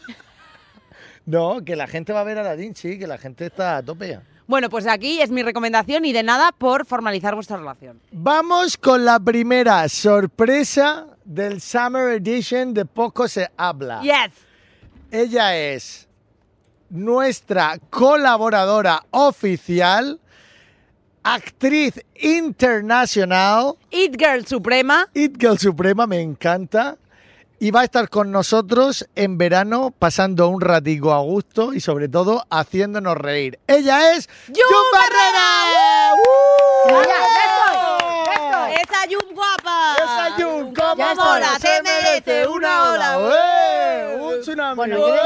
Speaker 2: No, que la gente va a ver a Aladín, sí, que la gente está a tope.
Speaker 3: Bueno, pues aquí es mi recomendación y de nada por formalizar vuestra relación.
Speaker 2: Vamos con la primera sorpresa del Summer Edition de Poco se habla.
Speaker 3: Yes.
Speaker 2: Ella es nuestra colaboradora oficial, actriz internacional,
Speaker 3: It Girl Suprema.
Speaker 2: It Girl Suprema, me encanta. Y va a estar con nosotros en verano, pasando un ratico a gusto y sobre todo haciéndonos reír. Ella es
Speaker 3: ¡Yu
Speaker 2: Jun Barrera.
Speaker 3: Barrera!
Speaker 2: ¡Uh!
Speaker 3: Ya, ya estoy, ya estoy. Esa Jun guapa.
Speaker 2: Esa Jun, ¿cómo
Speaker 4: Ya estoy.
Speaker 2: mola? Se merece una ola. ¡Eh! Un tsunami.
Speaker 4: Bueno, yo
Speaker 2: ¡Eh!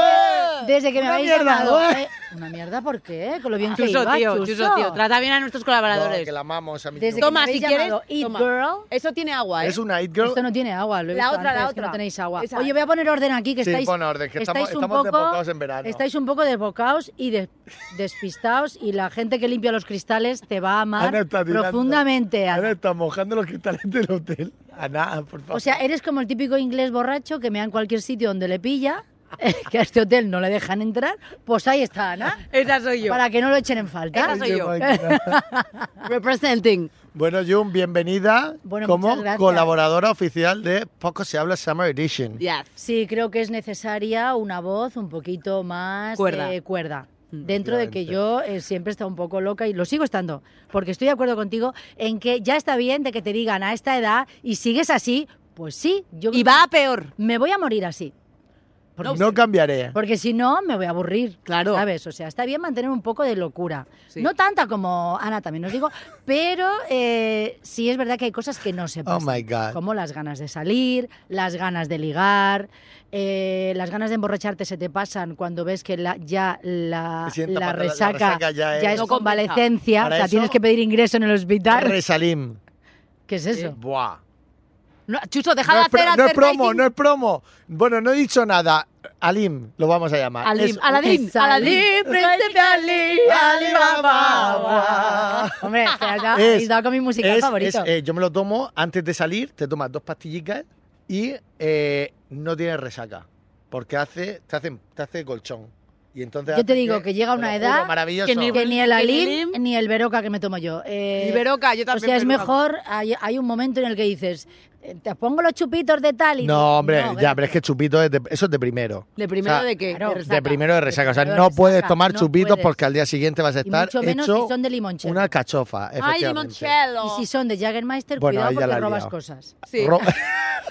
Speaker 4: Desde que me
Speaker 2: Una
Speaker 4: habéis
Speaker 2: mierda,
Speaker 4: llamado.
Speaker 2: ¿eh?
Speaker 4: eh, ¿Una mierda por qué? Con lo bien que
Speaker 3: Chuso,
Speaker 4: iba,
Speaker 3: tío,
Speaker 4: Chuso.
Speaker 3: chuso, tío. Trata bien a nuestros
Speaker 2: No,
Speaker 3: colaboradores.
Speaker 2: que la amamos a mi
Speaker 4: Desde
Speaker 2: Jun.
Speaker 4: que
Speaker 3: Toma,
Speaker 4: me
Speaker 3: si
Speaker 4: habéis
Speaker 3: quieres.
Speaker 4: llamado It
Speaker 3: toma.
Speaker 4: Girl.
Speaker 3: Eso tiene agua, ¿eh?
Speaker 2: Es una It Girl.
Speaker 4: Esto no tiene agua, lo he
Speaker 3: La
Speaker 4: visto
Speaker 3: otra, la
Speaker 4: antes, que
Speaker 3: otra.
Speaker 4: no tenéis agua.
Speaker 3: Esa.
Speaker 4: Oye, voy a poner orden aquí, que
Speaker 2: Sí,
Speaker 4: estáis,
Speaker 2: pon orden, que estamos-
Speaker 4: estáis un
Speaker 2: estamos
Speaker 4: poco,
Speaker 2: desbocados en verano.
Speaker 4: Estáis un poco desbocados y de- despistados y la gente que limpia los cristales te va a amar
Speaker 2: Ana está tirando.
Speaker 4: profundamente. Ana.
Speaker 2: Ana está mojando los cristales del hotel. Ana, por favor.
Speaker 4: O sea, eres como el típico inglés borracho que mea en cualquier sitio donde le pilla, que a este hotel no le dejan entrar, pues ahí está Ana,
Speaker 3: Esa soy yo.
Speaker 4: para que no lo echen en falta.
Speaker 3: Esa soy
Speaker 2: Qué
Speaker 3: yo.
Speaker 2: máquina.
Speaker 3: Representing.
Speaker 2: bueno, Jun, bienvenida
Speaker 4: Bueno,
Speaker 2: como
Speaker 4: muchas gracias.
Speaker 2: colaboradora oficial de Poco se habla Summer Edition.
Speaker 3: Yes.
Speaker 4: Sí, creo que es necesaria una voz un poquito más
Speaker 3: Cuerda. Mm,
Speaker 4: eh, cuerda. Dentro de que yo eh, siempre he estado un poco loca y lo sigo estando, porque estoy de acuerdo contigo en que ya está bien de que te digan a esta edad y sigues así, pues sí, yo
Speaker 3: Y va a peor.
Speaker 4: me voy a morir así,
Speaker 2: No, cambiaré.
Speaker 4: porque si no me voy a aburrir.
Speaker 3: Claro.
Speaker 4: ¿Sabes? O sea, está bien mantener un poco de locura.
Speaker 3: Sí.
Speaker 4: No tanta como Ana también os digo, pero eh, sí es verdad que hay cosas que no se
Speaker 2: Oh
Speaker 4: pasan.
Speaker 2: my God.
Speaker 4: Como las ganas de salir, las ganas de ligar, eh, las ganas de emborracharte se te pasan cuando ves que la- ya la,
Speaker 2: Te sienta
Speaker 4: la
Speaker 2: fatal, la
Speaker 4: resaca,
Speaker 2: resaca ya es-
Speaker 4: es
Speaker 3: No compensa.
Speaker 4: convalecencia, o
Speaker 2: Para
Speaker 4: sea,
Speaker 2: eso-
Speaker 4: tienes que pedir ingreso en el hospital.
Speaker 2: Resalim.
Speaker 4: ¿Qué es eso?
Speaker 2: Buah.
Speaker 3: No, Chuso, deja
Speaker 2: No
Speaker 3: de
Speaker 2: es, pro-
Speaker 3: hacer
Speaker 2: no es
Speaker 3: advertising.
Speaker 2: promo, no es promo. Bueno, no he dicho nada. Alim, lo vamos a llamar.
Speaker 3: Alim,
Speaker 2: Es-
Speaker 3: Ah, Aladín,
Speaker 4: es
Speaker 3: Aladín, príncipe Ali, Alibaba.
Speaker 2: Alibaba.
Speaker 4: Hombre, es que ya
Speaker 2: Es-
Speaker 4: habéis dado con mi musical
Speaker 2: es-
Speaker 4: favorito.
Speaker 2: es, eh, yo me lo tomo antes de salir, te tomas dos pastillitas y eh, no tienes resaca. Porque hace, te, hace, te hace colchón. Y entonces
Speaker 4: Yo te
Speaker 2: hace
Speaker 4: digo que llega
Speaker 2: te
Speaker 4: una
Speaker 2: lo
Speaker 4: edad
Speaker 2: juro, maravilloso.
Speaker 3: que ni-
Speaker 4: que ni el Alim
Speaker 3: Alim-
Speaker 4: ni el Veroca que me tomo yo. Eh,
Speaker 3: Liberoca, yo
Speaker 4: o
Speaker 3: también.
Speaker 4: sea, es
Speaker 3: peluca.
Speaker 4: mejor, hay, hay un momento en el que dices, eh, te pongo los chupitos de tal y... eh,
Speaker 2: No, hombre, ya,
Speaker 4: vete.
Speaker 2: pero es que chupito es de- eso es de primero.
Speaker 3: ¿De primero
Speaker 2: O sea,
Speaker 3: de qué?
Speaker 4: claro.
Speaker 3: De
Speaker 4: De
Speaker 3: resaca.
Speaker 2: De primero de resaca. O sea,
Speaker 4: primero de
Speaker 2: no
Speaker 4: resaca,
Speaker 2: puedes tomar
Speaker 4: no
Speaker 2: chupitos
Speaker 4: puedes.
Speaker 2: porque al día siguiente vas a
Speaker 4: Y
Speaker 2: estar
Speaker 4: mucho menos
Speaker 2: hecho
Speaker 4: si son de limonchelo.
Speaker 2: una cachofa.
Speaker 3: Ay,
Speaker 2: Efectivamente.
Speaker 3: limoncello.
Speaker 4: Y si son de Jaggermeister,
Speaker 2: Bueno, ahí
Speaker 4: cuidado
Speaker 2: ya la
Speaker 4: porque
Speaker 2: he
Speaker 4: robas
Speaker 2: liado.
Speaker 4: cosas.
Speaker 3: Sí.
Speaker 2: Ro-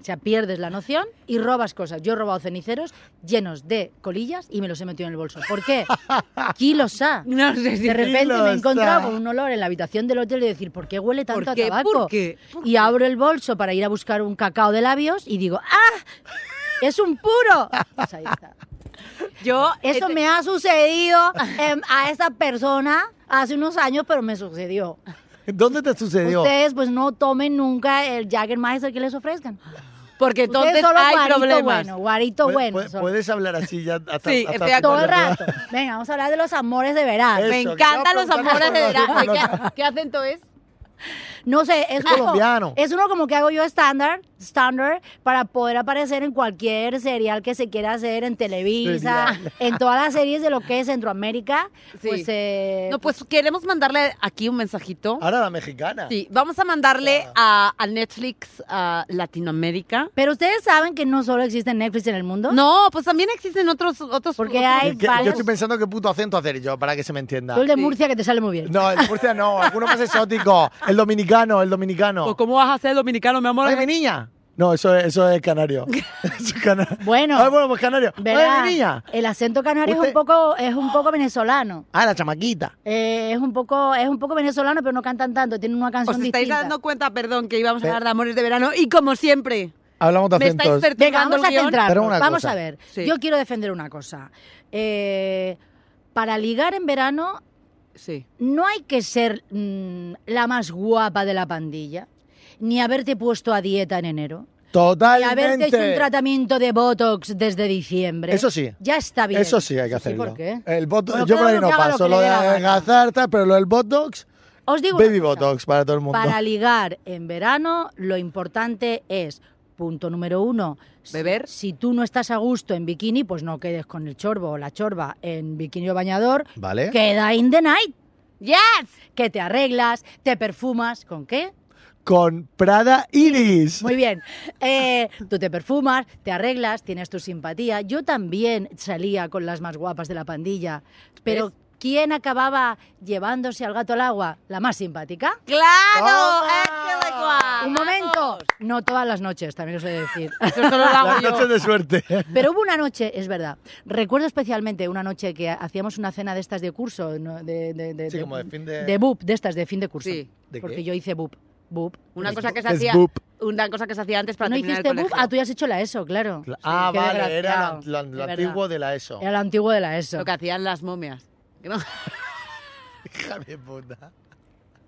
Speaker 4: O sea, pierdes la noción y robas cosas. Yo he robado ceniceros llenos de colillas y me los he metido en el bolso. ¿Por qué? Kilos ha.
Speaker 3: No sé si...
Speaker 4: De repente me he
Speaker 2: Kilos
Speaker 4: encontrado
Speaker 2: ha.
Speaker 4: con un olor en la habitación del hotel y decir, ¿por qué huele tanto
Speaker 3: ¿Por qué?
Speaker 4: a tabaco?
Speaker 3: ¿Por qué? ¿Por
Speaker 4: Y abro el bolso para ir a buscar un cacao de labios y digo, ¡ah! ¡Es un puro! Pues ahí está.
Speaker 3: Yo...
Speaker 4: Eso
Speaker 3: eh,
Speaker 4: me ha sucedido em, a esa persona hace unos años, pero me sucedió.
Speaker 2: ¿Dónde te sucedió?
Speaker 4: Ustedes pues no tomen nunca el Jaggermeister que les ofrezcan.
Speaker 3: Porque entonces
Speaker 4: Ustedes solo
Speaker 3: hay
Speaker 4: guarito
Speaker 3: problemas.
Speaker 4: bueno, guarito
Speaker 2: Puede-
Speaker 4: bueno.
Speaker 2: puede-
Speaker 4: son.
Speaker 2: Puedes hablar así ya hasta,
Speaker 3: Sí,
Speaker 2: hasta
Speaker 3: estoy de
Speaker 4: Todo el
Speaker 2: cuando-
Speaker 4: rato. Venga, vamos a hablar de los amores de verano.
Speaker 2: Eso,
Speaker 3: Me
Speaker 2: que
Speaker 3: encantan
Speaker 2: yo
Speaker 3: los amores de
Speaker 2: preguntaba por
Speaker 3: verano.
Speaker 2: los-
Speaker 3: ¿Qué, qué acento es?
Speaker 4: Eh, No sé, es, uno-
Speaker 2: colombiano.
Speaker 4: Es uno como que hago yo estándar, estándar, para poder aparecer en cualquier serial que se quiera hacer, en Televisa,
Speaker 2: Serial.
Speaker 4: en todas las series de lo que es Centroamérica.
Speaker 3: Sí.
Speaker 4: Pues, Ah. eh,
Speaker 3: No, pues queremos mandarle aquí un mensajito.
Speaker 2: Ahora la mexicana.
Speaker 3: Sí, vamos a mandarle
Speaker 4: Ah.
Speaker 3: a, a Netflix a Latinoamérica.
Speaker 4: Pero ustedes saben que no solo existe Netflix en el mundo.
Speaker 3: No, pues también existen otros... otros
Speaker 4: Porque
Speaker 3: otros-
Speaker 4: hay
Speaker 2: Es que Yo
Speaker 4: varios.
Speaker 2: estoy pensando qué puto acento hacer yo para que se me entienda.
Speaker 4: Tú el de
Speaker 3: Sí.
Speaker 4: Murcia que te sale muy bien.
Speaker 2: No, el Murcia no, alguno más exótico. El dominicano, el dominicano.
Speaker 3: Pues, ¿Cómo vas a ser dominicano, mi amor?
Speaker 2: ¡Ay, mi niña! No, eso es, eso es canario. Eso es cana-
Speaker 4: Bueno.
Speaker 2: Ay, bueno, pues canario. ¡Ay,
Speaker 4: Verá,
Speaker 2: mi niña!
Speaker 4: El acento canario es
Speaker 2: Usted-
Speaker 4: un poco, es un poco venezolano.
Speaker 2: Ah, la chamaquita.
Speaker 4: Eh, es un poco, es un poco venezolano, pero no cantan tanto, tienen una
Speaker 3: ¿Os
Speaker 4: canción
Speaker 3: estáis
Speaker 4: distinta.
Speaker 3: dando cuenta, perdón, que íbamos a
Speaker 2: Pe-
Speaker 3: hablar de amores de verano? Y como siempre,
Speaker 2: Hablamos de
Speaker 3: me estáis
Speaker 2: acentos.
Speaker 4: Venga,
Speaker 3: perturbando
Speaker 4: vamos a
Speaker 3: el guión.
Speaker 2: Pero
Speaker 4: centrarnos.
Speaker 2: una
Speaker 4: Vamos
Speaker 2: cosa.
Speaker 4: a ver.
Speaker 3: Sí.
Speaker 4: Yo quiero defender una cosa. Eh, para ligar en verano
Speaker 3: Sí.
Speaker 4: no hay que ser mm, la más guapa de la pandilla, ni haberte puesto a dieta en enero, ni haberte hecho un
Speaker 2: Totalmente.
Speaker 4: tratamiento de Botox desde diciembre.
Speaker 2: Eso sí.
Speaker 4: Ya está bien.
Speaker 2: Eso sí hay que hacerlo.
Speaker 4: ¿Por qué?
Speaker 2: El botox,
Speaker 4: Bueno,
Speaker 2: yo
Speaker 4: cada
Speaker 2: por ahí
Speaker 4: uno
Speaker 2: no
Speaker 4: que haga lo
Speaker 2: paso.
Speaker 4: que
Speaker 2: Lo
Speaker 4: le
Speaker 2: de
Speaker 4: dé la gana.
Speaker 2: adelgazar, tal, pero lo del botox,
Speaker 4: Os digo una
Speaker 2: baby
Speaker 4: cosa.
Speaker 2: botox para todo el mundo.
Speaker 4: Para ligar en verano, lo importante es, punto número uno, si-
Speaker 3: Beber.
Speaker 4: Si, tú no estás a gusto en bikini, pues no quedes con el chorbo o la chorba en bikini o bañador.
Speaker 2: ¿Vale?
Speaker 4: Queda in the night.
Speaker 3: ¡Yes!
Speaker 4: Que te arreglas, te perfumas. ¿Con qué?
Speaker 2: con Prada Iris.
Speaker 4: Muy bien. Eh, tú te perfumas, te arreglas, tienes tu simpatía. Yo también salía con las más guapas de la pandilla. Pero
Speaker 3: ¿Ves?
Speaker 4: ¿quién acababa llevándose al gato al agua? ¿La más simpática?
Speaker 3: ¡Claro!
Speaker 4: Oh.
Speaker 2: Toma.
Speaker 3: Ángela Igual.
Speaker 4: Un momento. No todas las noches, también os he de decir.
Speaker 3: Eso solo lo hago
Speaker 2: Las
Speaker 3: yo.
Speaker 2: noches de suerte.
Speaker 4: Pero hubo una noche, es verdad. Recuerdo especialmente una noche que hacíamos una cena de estas de curso, ¿no? de, de, de,
Speaker 2: Sí, como de fin de-
Speaker 4: BUP, de estas de fin de curso.
Speaker 3: Sí.
Speaker 2: ¿De qué?
Speaker 4: porque yo hice BUP. BUP.
Speaker 3: Una cosa que se
Speaker 2: Es
Speaker 3: hacía.
Speaker 2: boop.
Speaker 3: Una cosa que se hacía antes para
Speaker 4: ¿No
Speaker 3: terminar
Speaker 4: hiciste
Speaker 3: el
Speaker 4: BUP?
Speaker 3: colegio.
Speaker 4: Ah, tú ya has hecho la ESO, claro.
Speaker 2: Ah,
Speaker 4: Qué
Speaker 2: vale, era lo-
Speaker 4: desgraciado.
Speaker 2: lo, lo
Speaker 4: De
Speaker 2: antiguo
Speaker 4: verdad.
Speaker 2: de la ESO.
Speaker 4: Era lo antiguo de la ESO.
Speaker 3: Lo que hacían las momias. Que no-
Speaker 4: Eh,
Speaker 2: Hija de puta.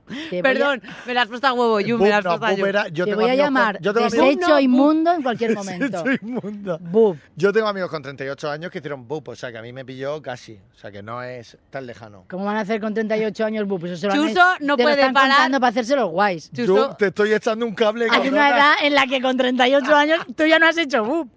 Speaker 4: Te voy a-
Speaker 3: Perdón, me las has puesto a huevo, Yu, me
Speaker 2: Boop,
Speaker 3: las has
Speaker 2: no,
Speaker 3: puesto a
Speaker 2: boop
Speaker 3: yo.
Speaker 2: era- yo
Speaker 4: te
Speaker 2: tengo
Speaker 4: voy a
Speaker 2: amigos con-
Speaker 4: llamar
Speaker 2: yo tengo amigos-
Speaker 4: desecho inmundo en cualquier momento.
Speaker 2: Desecho inmundo.
Speaker 4: Boop.
Speaker 2: Yo tengo amigos con 38 años que hicieron boop, o sea que a mí me pilló casi, o sea que no es tan lejano.
Speaker 4: ¿Cómo van a hacer con 38 años boop? Eso se lo han-
Speaker 3: Chuso, no
Speaker 4: te lo
Speaker 3: puede
Speaker 4: están
Speaker 3: parar.
Speaker 4: contando para hacerse los guays.
Speaker 3: Chuso,
Speaker 2: Yo te estoy echando un cable.
Speaker 4: Hay
Speaker 2: cabrona.
Speaker 4: una edad en la que con 38 años tú ya no has hecho BUP.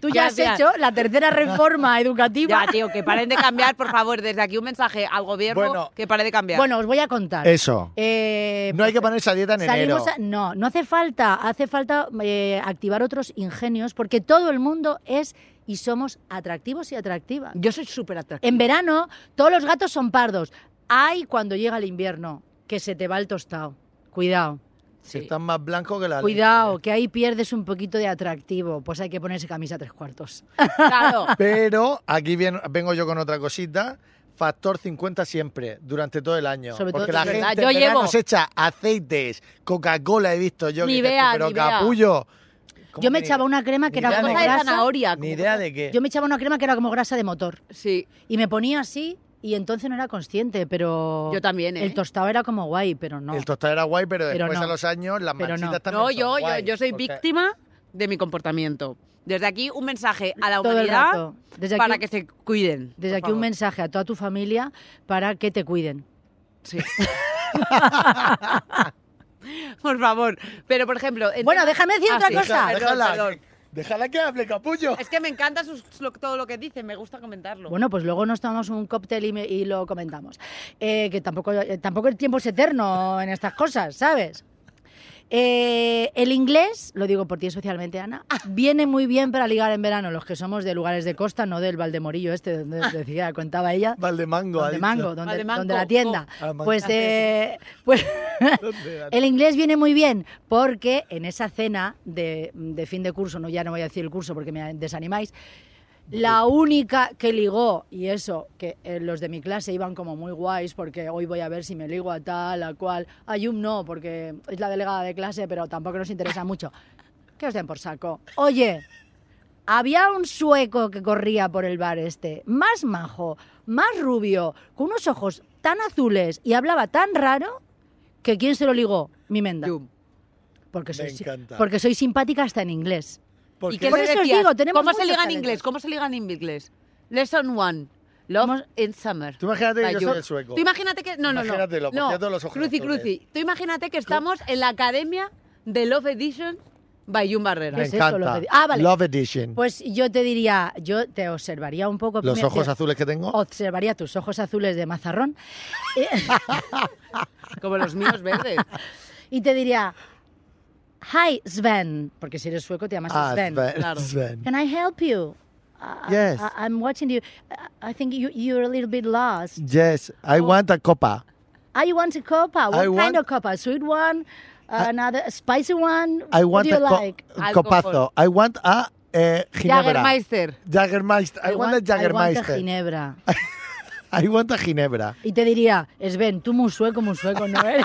Speaker 4: Tú ya has
Speaker 3: Gracias.
Speaker 4: hecho la tercera reforma educativa.
Speaker 3: Ya, tío, que paren de cambiar, por favor. Desde aquí un mensaje al gobierno
Speaker 2: Bueno.
Speaker 3: que pare de cambiar.
Speaker 4: Bueno, os voy a contar.
Speaker 2: Eso.
Speaker 4: Eh,
Speaker 2: No hay que ponerse a dieta en enero.
Speaker 4: Salimos a- no, no hace falta. Hace falta eh, activar otros ingenios porque todo el mundo es y somos atractivos y atractivas.
Speaker 3: yo soy súper atractiva.
Speaker 4: En verano todos los gatos son pardos. Hay cuando llega el invierno que se te va el tostado. Cuidado.
Speaker 2: Si estás más blanco que la
Speaker 4: Cuidado, que ahí pierdes un poquito de atractivo. Pues hay que ponerse camisa tres cuartos.
Speaker 3: Claro.
Speaker 2: Pero aquí vien- vengo yo con otra cosita. Factor 50 siempre, durante todo el año.
Speaker 4: Sobre todo-
Speaker 2: Porque la
Speaker 4: es verdad,
Speaker 2: gente en
Speaker 3: yo
Speaker 2: verano
Speaker 3: llevo-
Speaker 2: se echa aceites, Coca-Cola he visto yo. que dices tú,
Speaker 3: Nivea,
Speaker 2: pero
Speaker 3: Nivea.
Speaker 2: capullo. ¿Cómo
Speaker 4: Yo me
Speaker 2: que
Speaker 4: echaba
Speaker 2: Nivea?
Speaker 4: una crema que
Speaker 2: Ni
Speaker 4: era
Speaker 2: idea
Speaker 4: como
Speaker 2: de
Speaker 3: Cosa de
Speaker 2: grasa,
Speaker 3: zanahoria.
Speaker 2: Ni
Speaker 3: como-
Speaker 2: idea de qué.
Speaker 4: Yo me echaba una crema que era como grasa de motor.
Speaker 3: Sí,
Speaker 4: Y me ponía así y entonces no era consciente, pero...
Speaker 3: yo también, ¿eh?
Speaker 4: El tostado era como guay, pero no.
Speaker 2: El tostado era guay, pero
Speaker 4: Pero
Speaker 2: después
Speaker 4: no.
Speaker 2: a los años las
Speaker 4: Pero no.
Speaker 2: manchitas también
Speaker 3: No,
Speaker 2: son
Speaker 3: yo, yo,
Speaker 2: guays,
Speaker 3: yo soy
Speaker 2: o sea-
Speaker 3: víctima de mi comportamiento. Desde aquí un mensaje a la
Speaker 4: Todo el
Speaker 3: humanidad
Speaker 4: rato. Desde aquí,
Speaker 3: para que se cuiden.
Speaker 4: desde
Speaker 3: por
Speaker 4: aquí un
Speaker 3: favor.
Speaker 4: mensaje a toda tu familia para que te cuiden.
Speaker 3: Sí. por favor. Pero, por ejemplo... en-
Speaker 4: Bueno, déjame decir
Speaker 3: Ah,
Speaker 4: otra
Speaker 3: sí.
Speaker 4: cosa.
Speaker 2: Deja-
Speaker 3: Perdón,
Speaker 2: Déjala,
Speaker 3: perdón.
Speaker 2: déjala que hable, capullo.
Speaker 3: Es que me encanta sus- lo- todo lo que dice, me gusta comentarlo.
Speaker 4: Bueno, pues luego nos tomamos un cóctel y, me- y lo comentamos. Eh, que tampoco, eh, tampoco el tiempo es eterno en estas cosas, ¿sabes? Eh, el inglés, lo digo por ti especialmente, Ana, viene muy bien para ligar en verano, los que somos de lugares de costa, no del Valdemorillo este, donde decía, contaba ella,
Speaker 2: Valdemango, ha
Speaker 4: donde
Speaker 2: dicho.
Speaker 4: mango, donde,
Speaker 3: Valdemanco,
Speaker 4: donde la tienda.
Speaker 2: co. Ah, man-
Speaker 4: Pues, eh, pues
Speaker 2: ¿Dónde la-
Speaker 4: el inglés viene muy bien porque en esa cena de, de fin de curso, no ya no voy a decir el curso porque me desanimáis, la única que ligó, y eso, que eh, los de mi clase iban como muy guays porque hoy voy a ver si me ligo a tal, a cual, a Yum no, porque es la delegada de clase, pero tampoco nos interesa mucho. Que os den por saco. Oye, había un sueco que corría por el bar este, más majo, más rubio, con unos ojos tan azules y hablaba tan raro que quién se lo ligó, mi menda.
Speaker 3: Yum.
Speaker 4: Porque soy,
Speaker 2: Me encanta.
Speaker 4: porque soy simpática hasta en inglés.
Speaker 2: ¿Por
Speaker 3: ¿Y
Speaker 2: qué?
Speaker 3: qué
Speaker 4: Por
Speaker 3: le
Speaker 4: eso os
Speaker 3: decías?
Speaker 4: digo, tenemos
Speaker 3: ¿Cómo se
Speaker 4: muchos
Speaker 3: liga en
Speaker 4: talentos.
Speaker 3: inglés? ¿Cómo se liga en inglés? Lesson one. Love
Speaker 4: Vamos-
Speaker 3: in summer.
Speaker 2: Tú imagínate que
Speaker 3: By
Speaker 2: yo
Speaker 3: you.
Speaker 2: soy el sueco.
Speaker 3: Tú imagínate que... No, no, no.
Speaker 2: Imagínatelo, porque
Speaker 3: no.
Speaker 2: ya todos los ojos
Speaker 3: Cruci,
Speaker 2: azules.
Speaker 3: cruci. Tú imagínate que estamos en la academia de Love Edition by Jun Barrera.
Speaker 4: ¿Qué
Speaker 2: Me
Speaker 4: es eso,
Speaker 2: encanta.
Speaker 4: Love Edi- Ah, vale.
Speaker 2: Love Edition.
Speaker 4: Pues yo te diría, yo te observaría un poco.
Speaker 2: Los
Speaker 4: mira,
Speaker 2: ojos
Speaker 4: te-
Speaker 2: azules que tengo.
Speaker 4: Oh, Observaría tus ojos azules de mazarrón
Speaker 3: Como los míos verdes.
Speaker 4: y te diría, Hi Sven, porque si eres sueco te llamas
Speaker 2: Ah,
Speaker 4: Sven.
Speaker 2: Sven,
Speaker 3: claro.
Speaker 2: Sven.
Speaker 4: Can I help you? I-
Speaker 2: Yes.
Speaker 4: I, I'm watching you. I I think you, you're a little bit lost.
Speaker 2: Yes, I want a copa.
Speaker 4: I want a copa. What
Speaker 2: I
Speaker 4: kind
Speaker 2: want-
Speaker 4: of copa? Sweet one, another spicy one.
Speaker 2: I
Speaker 4: what
Speaker 2: want
Speaker 4: do you
Speaker 2: a co-
Speaker 4: like?
Speaker 2: un
Speaker 3: Alcohol.
Speaker 2: copazo. I want a eh, ginebra.
Speaker 3: Jagermeister.
Speaker 2: Jagermeister. I, want, a
Speaker 4: I want a
Speaker 2: Jagermeister.
Speaker 4: ginebra.
Speaker 2: I want a ginebra.
Speaker 4: Y te diría, Sven, tú muy sueco, muy sueco, no eres.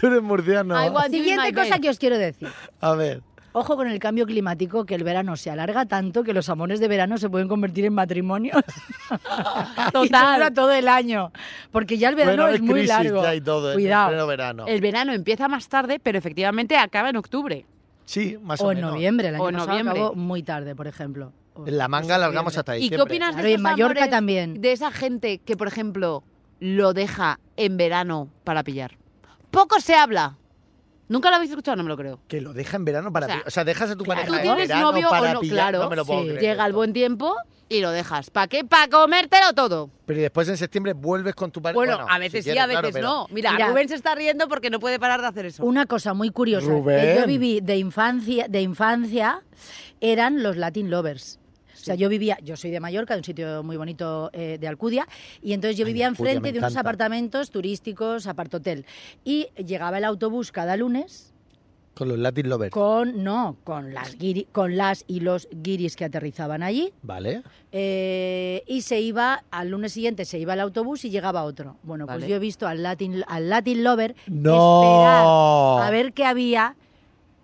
Speaker 2: Tú eres murciano.
Speaker 3: I want-
Speaker 4: Siguiente
Speaker 3: Doing my
Speaker 4: cosa
Speaker 3: best.
Speaker 4: que os quiero decir.
Speaker 2: A ver.
Speaker 4: Ojo con el cambio climático, que el verano se alarga tanto que los amores de verano se pueden convertir en matrimonios. Y eso dura
Speaker 3: Total.
Speaker 4: todo el año. Porque ya el verano
Speaker 2: Bueno,
Speaker 4: es
Speaker 2: hay
Speaker 4: muy
Speaker 2: crisis
Speaker 4: largo.
Speaker 2: ya y todo, ¿eh? en
Speaker 4: Cuidado.
Speaker 2: pleno verano.
Speaker 3: El verano empieza más tarde, pero efectivamente acaba en octubre.
Speaker 2: Sí, más o,
Speaker 4: O en
Speaker 2: menos.
Speaker 4: noviembre, el año
Speaker 3: O en
Speaker 4: pasado
Speaker 3: noviembre.
Speaker 4: acabó muy tarde, por ejemplo. O-
Speaker 2: En la manga alargamos hasta
Speaker 3: ¿Y
Speaker 2: diciembre.
Speaker 3: qué opinas
Speaker 4: Claro,
Speaker 3: de
Speaker 4: y
Speaker 3: esos
Speaker 4: en Mallorca
Speaker 3: amores
Speaker 4: también.
Speaker 3: De esa gente que, por ejemplo, lo deja en verano para pillar. Poco se habla, ¿Nunca la habéis escuchado? No me lo creo.
Speaker 2: Que lo deja en verano para
Speaker 3: O sea,
Speaker 2: ti. O sea, dejas a tu
Speaker 4: claro.
Speaker 2: pareja
Speaker 3: Tú
Speaker 2: en
Speaker 3: tienes
Speaker 2: verano
Speaker 3: novio
Speaker 2: para
Speaker 3: o no,
Speaker 2: pillar,
Speaker 3: claro.
Speaker 2: no me lo puedo
Speaker 4: sí.
Speaker 2: creer.
Speaker 3: Llega el buen tiempo y lo dejas. ¿Para qué? Para comértelo todo.
Speaker 2: Pero y después en septiembre vuelves con tu pareja.
Speaker 3: Bueno, a veces sí, a veces no. Mira,
Speaker 4: Mira.
Speaker 3: Rubén se está riendo porque no puede parar de hacer eso.
Speaker 4: Una cosa muy curiosa que
Speaker 2: Rubén.
Speaker 4: yo viví de infancia, de infancia eran los Latin Lovers. O sea, yo vivía, yo soy de Mallorca, de un sitio muy bonito eh, de Alcudia, y entonces yo
Speaker 2: Ay,
Speaker 4: vivía
Speaker 2: Alcudia, me
Speaker 4: enfrente de unos
Speaker 2: encanta.
Speaker 4: apartamentos turísticos, apartotel. Y llegaba el autobús cada lunes
Speaker 2: Con los Latin Lovers.
Speaker 4: con, no, con las, guiri- con las y los guiris que aterrizaban allí,
Speaker 2: Vale.
Speaker 4: eh, y se iba, al lunes siguiente se iba el autobús y llegaba otro. Bueno,
Speaker 3: Vale.
Speaker 4: pues yo he visto al Latin, al Latin Lover
Speaker 2: No.
Speaker 4: esperar a ver qué había,